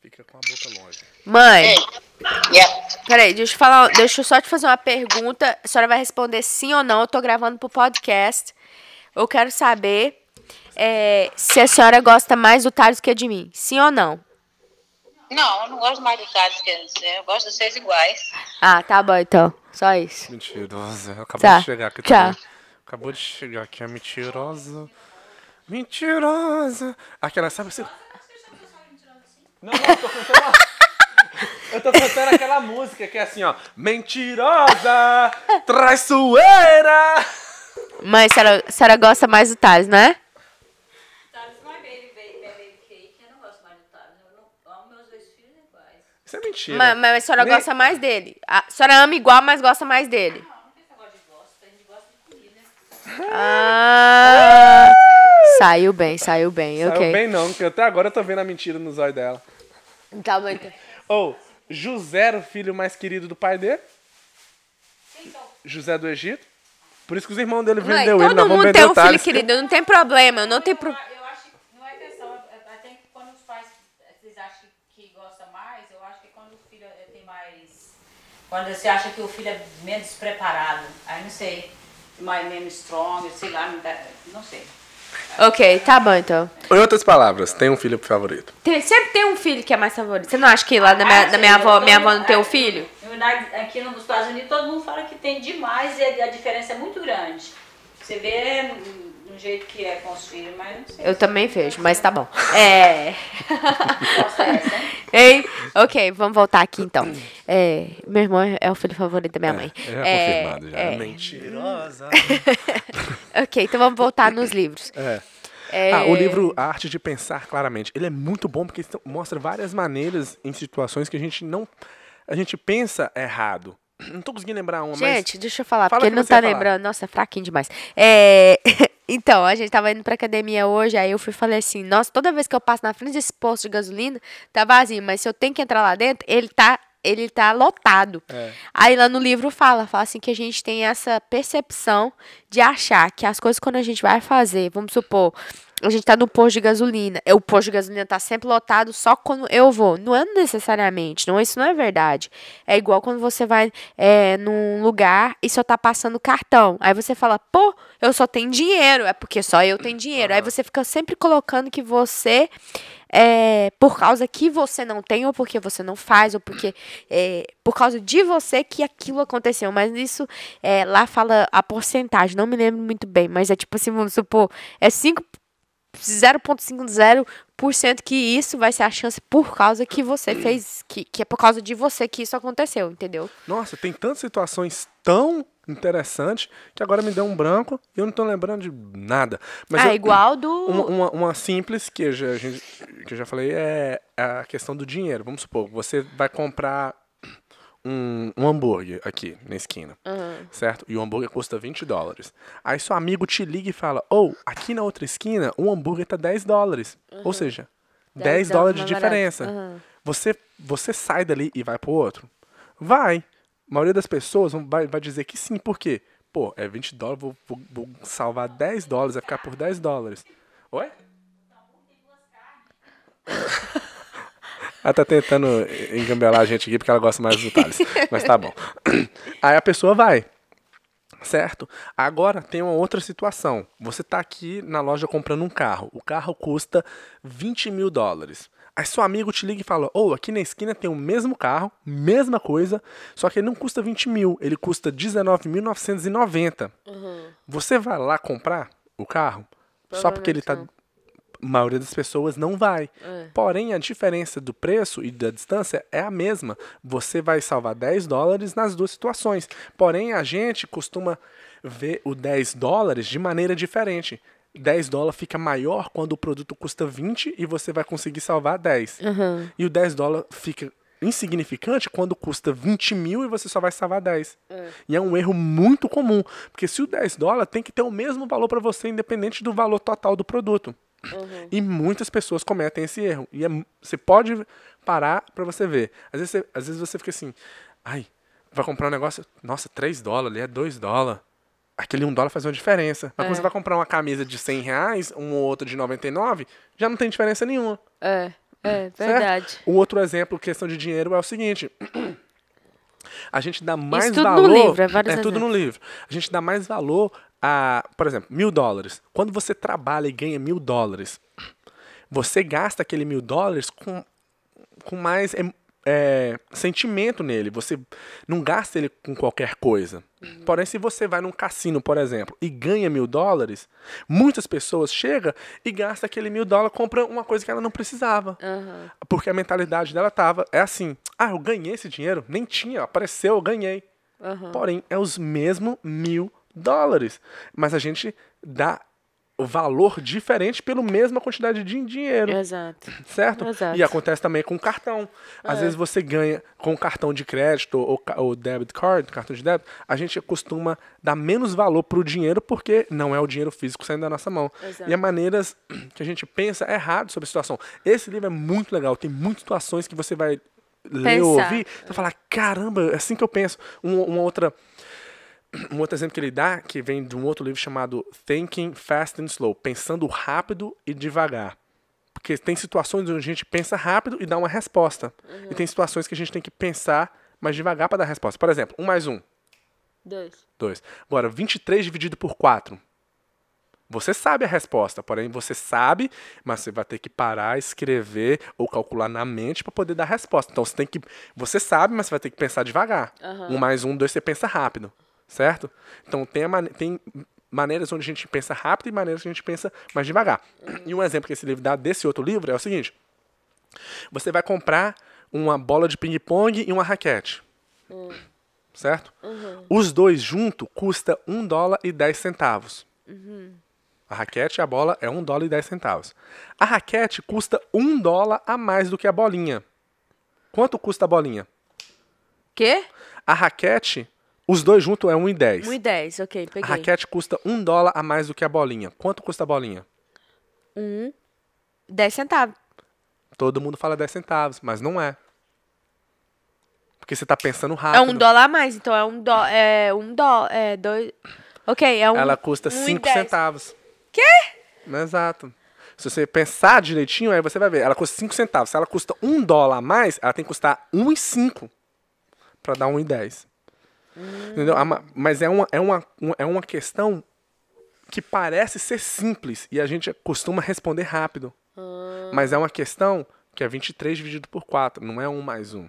S2: Fica com a boca longe.
S1: Mãe,
S2: É.
S4: Yeah.
S1: peraí, deixa eu falar, deixa eu só te fazer uma pergunta. A senhora vai responder sim ou não. Eu tô gravando pro podcast. Eu quero saber é, se a senhora gosta mais do Thales que de mim. Sim ou não?
S5: Não, eu não gosto mais do Thales que antes, né? Eu gosto dos seis iguais.
S1: Ah, tá bom então. Só isso.
S2: Mentirosa. Acabou
S1: Tá.
S2: de chegar aqui
S1: Tchau.
S2: também. Acabou de chegar aqui, a mentirosa. Mentirosa. Aquela, sabe assim? você. Não, não, eu tô cantando. a- Eu tô cantando aquela música que é assim, ó. Mentirosa! Traiçoeira!
S1: Mãe, a senhora, a senhora gosta mais do Thales, né?
S3: Thales não é baby, baby, baby cake. Eu não gosto mais do Thales. Eu não eu amo meus dois filhos iguais.
S2: Isso é mentira.
S1: Mas, mas a senhora
S2: Nem-
S1: gosta mais dele. A senhora ama igual, mas gosta mais dele.
S3: né?
S1: Ah, saiu bem, saiu bem,
S2: Saiu
S1: ok.
S2: bem não, porque até agora eu tô vendo a mentira nos olhos dela.
S1: Tá bom então.
S2: Ou, José era o filho mais querido do pai dele? José do Egito? Por isso que os irmãos dele
S1: Então. Mãe,
S2: vendeu ele,
S1: todo
S2: nós vamos
S1: mundo
S2: vender
S1: tem
S2: o
S1: um filho
S2: Thales.
S1: querido, não tem problema, eu não tenho pro...
S5: Eu acho que não é questão, até que quando os pais, eles acham que gosta mais, eu acho que quando o filho eh, tem mais... Quando você acha que o filho é menos preparado, aí não sei, mais, menos strong, sei lá, não, dá, não sei.
S1: Ok, tá bom então.
S2: Em outras palavras, tem um filho favorito.
S1: Tem- sempre tem um filho que é mais favorito. Você não acha que lá da minha, da minha avó, minha avó não tem um filho?
S5: é, Na verdade, aqui nos Estados Unidos todo mundo fala que tem demais e a diferença é muito grande. Você vê hum, do jeito que é com os filhos, mas não sei.
S1: Eu também vejo, mas tá bom. É. Tá Hein? Ok, vamos voltar aqui então. É, meu irmão é o filho favorito da minha mãe. É, é.
S2: Mentirosa.
S1: Ok, então vamos voltar nos livros. É.
S2: Ah, o livro A Arte de Pensar Claramente. Ele é muito bom porque ele mostra várias maneiras em situações que a gente não. A gente pensa errado. Não tô conseguindo lembrar uma, mas.
S1: Gente, deixa eu falar,
S2: Fala
S1: porque
S2: o
S1: ele
S2: que
S1: não
S2: você
S1: tá
S2: ia falar.
S1: lembrando. Nossa, é fraquinho demais. É, Então, a gente tava indo pra academia hoje, aí eu fui e falei assim, nossa, toda vez que eu passo na frente desse posto de gasolina, tá vazio, mas se eu tenho que entrar lá dentro, ele tá, ele tá lotado.
S2: É.
S1: Aí lá no livro fala, fala assim que a gente tem essa percepção de achar que as coisas quando a gente vai fazer, vamos supor, a gente tá no posto de gasolina. É, O posto de gasolina tá sempre lotado só quando eu vou. Não é necessariamente, não, isso não é verdade. É igual quando você vai é, num lugar e só tá passando cartão. Aí você fala, pô, eu só tenho dinheiro. É porque só eu tenho dinheiro. Aí você fica sempre colocando que você. É, por causa que você não tem, ou porque você não faz, ou porque. é, por causa de você que aquilo aconteceu. Mas isso é, lá fala a porcentagem, não me lembro muito bem, mas é tipo assim, vamos supor, é 5 0,50% que isso vai ser a chance por causa que você fez, que, que é por causa de você que isso aconteceu, entendeu?
S2: Nossa, tem tantas situações tão interessantes que agora me deu um branco e eu não tô lembrando de nada. Mas
S1: ah,
S2: eu- um-
S1: igual do.
S2: Uma, uma, uma simples que eu, já, a gente- que eu já falei é a questão do dinheiro. Vamos supor, você vai comprar um, um hambúrguer aqui na esquina, certo? E o hambúrguer custa 20 dólares. Aí seu amigo te liga e fala: Ou, aqui na outra esquina, um hambúrguer tá 10 dólares. Ou seja, 10,
S1: 10
S2: dólares de
S1: mais barato.
S2: diferença.
S1: Aham.
S2: Você, você sai dali e vai pro outro? Vai. A maioria das pessoas vão- vai, vai dizer que sim, por quê? Pô, é 20 dólares, vou, vou- vou salvar 10 dólares, vai ficar por 10 dólares. Oi? Ela tá tentando engambelar a gente aqui porque ela gosta mais dos detalhes. Mas tá bom. Aí a pessoa vai. Certo? Agora tem uma outra situação. Você tá aqui na loja comprando um carro. O carro custa 20 mil dólares. Aí seu amigo te liga e fala: Ô, aqui na esquina tem o mesmo carro, mesma coisa, só que ele não custa 20 mil, ele custa 19.990. Você vai lá comprar o carro só porque ele tá. A maioria das pessoas não vai. Porém, a diferença do preço e da distância é a mesma. Você vai salvar 10 dólares nas duas situações. Porém, a gente costuma ver o 10 dólares de maneira diferente. 10 dólares fica maior quando o produto custa 20 e você vai conseguir salvar 10. E o 10 dólares fica insignificante quando custa 20 mil e você só vai salvar 10. E é um erro muito comum, porque se o 10 dólar tem que ter o mesmo valor para você, independente do valor total do produto. E muitas pessoas cometem esse erro. E é mu- você pode parar para você ver. Às vezes você, às vezes você fica assim, ai, vai comprar um negócio, nossa, 3 dólares, ali é 2 dólares. Aquele 1 dólar faz uma diferença. Mas quando você vai comprar uma camisa de 100 reais, um ou outro de 99, já não tem diferença nenhuma.
S1: É, é
S2: Certo?
S1: verdade.
S2: O Um outro exemplo, questão de dinheiro, é o seguinte. A gente dá mais
S1: tudo no
S2: valor.
S1: livro, é vários
S2: tudo no livro. A gente dá mais valor a, por exemplo, mil dólares. Quando você trabalha e ganha mil dólares, você gasta aquele mil dólares com, com mais em- é, sentimento nele. Você não gasta ele com qualquer coisa.
S1: Uhum.
S2: Porém, se você vai num cassino, por exemplo, e ganha mil dólares, muitas pessoas chegam e gastam aquele mil dólares, compram uma coisa que ela não precisava. Porque a mentalidade dela tava, é assim, ah, eu ganhei esse dinheiro, nem tinha, apareceu, eu ganhei. Porém, é os mesmos mil dólares. Mas a gente dá o valor diferente pela mesma quantidade de
S1: É
S2: dinheiro
S1: Exato.
S2: certo?
S1: Exato. É.
S2: E acontece também com cartão. Às vezes você ganha com cartão de crédito ou, ca- ou debit card, cartão de débito, a gente costuma dar menos valor pro dinheiro porque não é o dinheiro físico saindo da nossa mão.
S1: Exato.
S2: E há maneiras que a gente pensa errado sobre a situação. Esse livro é muito legal, tem muitas situações que você vai ler ou
S1: Pensar.
S2: ouvir, você vai falar, caramba, é assim que eu penso. Um- uma outra um outro exemplo que ele dá, que vem de um outro livro chamado Thinking Fast and Slow, pensando rápido e devagar. Porque tem situações onde a gente pensa rápido e dá uma resposta. E tem situações que a gente tem que pensar mais devagar para dar resposta. Por exemplo, 1 mais 1,
S1: Dois.
S2: 2. Agora, 23 dividido por 4. Você sabe a resposta, porém você sabe, mas você vai ter que parar, escrever ou calcular na mente para poder dar a resposta. Então você tem que. Você sabe, mas você vai ter que pensar devagar. Um mais um, dois, você pensa rápido. Certo? Então tem, a mane- tem maneiras onde a gente pensa rápido e maneiras que a gente pensa mais devagar. E um exemplo que esse livro dá desse outro livro é o seguinte: você vai comprar uma bola de ping-pong e uma raquete. Certo? Os dois juntos custa 1 dólar e 10 centavos. A raquete e a bola é 1 dólar e 10 centavos. A raquete custa 1 dólar a mais do que a bolinha. Quanto custa a bolinha?
S1: Quê?
S2: A raquete, os dois juntos é 1,10.
S1: 1 e 10, ok,
S2: A
S1: peguei.
S2: raquete custa 1 dólar a mais do que a bolinha. Quanto custa a bolinha?
S1: 10 centavos.
S2: Todo mundo fala 10 centavos, mas não é. Porque você tá pensando rápido.
S1: É um dólar a mais, então é um dó, é um dó, é dois. Ok, é um.
S2: Ela custa
S1: um e
S2: 5
S1: dez.
S2: centavos. Quê? Exato. Se você pensar direitinho, aí você vai ver. Ela custa 5 centavos. Se ela custa 1 dólar a mais, ela tem que custar 1,5 pra dar 1,10. Entendeu? A ma- Mas é uma, é, uma, um- é uma questão que parece ser simples e a gente costuma responder rápido.
S1: Ah.
S2: Mas é uma questão que é 23 dividido por 4, não é 1 mais 1.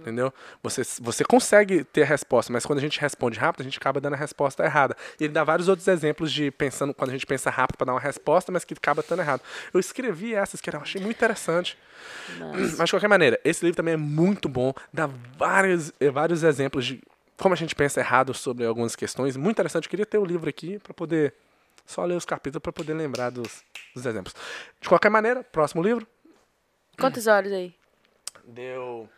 S2: Entendeu? Você, você consegue ter a resposta, mas quando a gente responde rápido, a gente acaba dando a resposta errada. E ele dá vários outros exemplos de pensando quando a gente pensa rápido para dar uma resposta, mas que acaba dando errado. Eu escrevi essas que eu achei muito interessante. Mas de qualquer maneira, esse livro também é muito bom, dá vários, eh, vários exemplos de como a gente pensa errado sobre algumas questões. Muito interessante. Eu queria ter o livro aqui para poder só ler os capítulos para poder lembrar dos, dos exemplos. De qualquer maneira, próximo livro.
S1: Quantos horas aí?
S2: Deu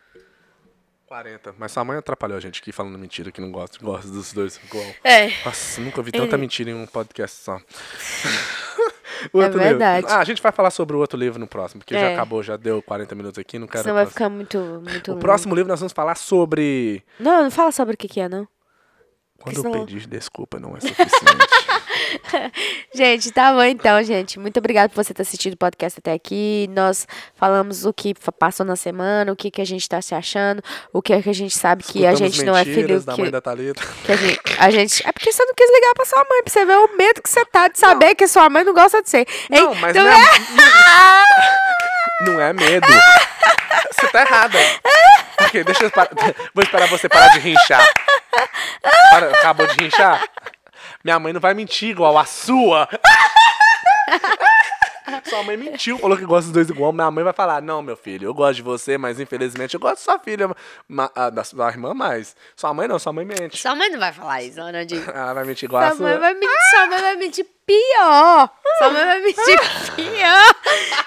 S2: 40. Mas sua mãe atrapalhou a gente aqui falando mentira que não gosta, gosta dos dois igual.
S1: É.
S2: Nossa, nunca vi tanta
S1: Ele-
S2: mentira em um podcast só. O
S1: É
S2: livro.
S1: verdade.
S2: Ah, a gente vai falar sobre o outro livro no próximo, porque já
S1: É.
S2: acabou, já deu 40 minutos aqui, não quero.
S1: Senão vai
S2: passar.
S1: ficar muito, muito
S2: O
S1: longo.
S2: próximo livro nós vamos falar sobre.
S1: Não, não fala sobre o que, que é, não.
S2: Quando
S1: senão-
S2: eu pedi desculpa, não é suficiente.
S1: Gente, tá bom então, gente. Muito obrigada por você ter assistido o podcast até aqui. Nós falamos o que fa- passou na semana, o que, que a gente tá se achando, o que, é que a gente sabe que a
S2: Escutamos
S1: gente não é filho
S2: mentiras da mãe
S1: que,
S2: da Thalita.
S1: que a, gente, a gente- É porque você não quis ligar pra sua mãe, pra você ver o medo que você tá de saber que sua mãe não gosta de você. Hein?
S2: Não, mas
S1: Então
S2: não
S1: é-
S2: é... não é medo. Você tá errada. Ok, deixa eu parar. Vou esperar você parar de rinchar. Para- Acabou de rinchar? Minha mãe não vai mentir igual a sua. Sua mãe mentiu, falou que gosta dos dois igual. Minha mãe vai falar: Não, meu filho, eu gosto de você, mas infelizmente eu gosto de sua filha, ma- a da sua irmã mais. Sua mãe não, sua mãe mente.
S1: Sua mãe não vai falar isso, Ana Digo.
S2: Ela vai mentir igual a
S1: Sua
S2: sua.
S1: mãe vai mentir, sua mãe vai mentir pior. Sua mãe vai mentir pior.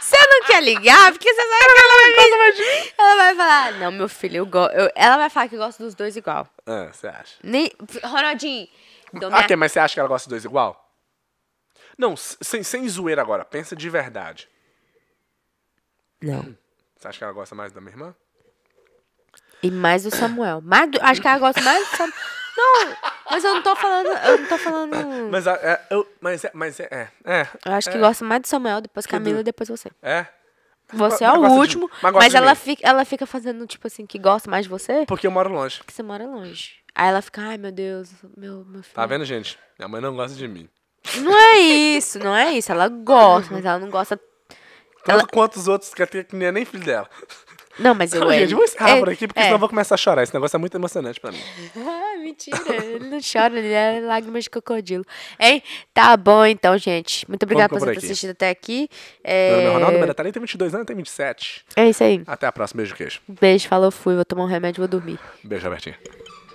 S1: Você não quer ligar, porque você sabe que ela vai mentir. Ela vai falar, não, meu filho, eu gosto. Ela vai falar que eu gosto dos dois igual.
S2: Ah, você acha?
S1: Nem... Ronaldinho, dou
S2: Ah,
S1: minha...
S2: ok, mas você acha que ela gosta dos dois igual? Não, s- sem, sem zoeira agora, pensa de verdade.
S1: Não.
S2: Você acha que ela gosta mais da minha irmã?
S1: E mais do Samuel. Mais do- Acho que ela gosta mais do Samuel. Não, mas eu não tô falando. Eu não tô falando.
S2: Mas, a- é, eu, mas é, mas é, é, é.
S1: Eu acho que
S2: é,
S1: gosta mais do Samuel, depois
S2: Que do-
S1: Camila, depois você.
S2: É,
S1: Você
S2: mas
S1: é o
S2: gosta de-
S1: último,
S2: mas
S1: mas,
S2: gosta de
S1: ela,
S2: mim.
S1: fica, ela fica fazendo, tipo assim, que gosta mais de você.
S2: porque eu moro longe.
S1: que você mora longe. Aí ela fica, ai meu Deus, meu, meu filho.
S2: Tá vendo, gente? Minha mãe não gosta de mim.
S1: Não é isso, não é isso. Ela gosta, mas ela não gosta.
S2: Tanto quanto os outros que até que nem é nem filho dela.
S1: Não, mas eu.
S2: Então, gente,
S1: eu-
S2: vamos encerrar
S1: é-
S2: por aqui, porque
S1: é.
S2: senão eu vou começar a chorar. Esse negócio é muito emocionante pra mim.
S1: Ah, mentira, ele não chora, ele é lágrimas de crocodilo. Hein? Tá bom então, gente. Muito obrigada por
S2: ficando
S1: você
S2: por
S1: ter
S2: aqui.
S1: assistido até aqui.
S2: Meu nome é Ronaldo,
S1: É...
S2: minha Thalita tem 22 anos, tem 27.
S1: é isso aí.
S2: Até a próxima, beijo queijo.
S1: Beijo, falou, fui. Vou tomar um remédio e vou dormir.
S2: Beijo, Albertinho.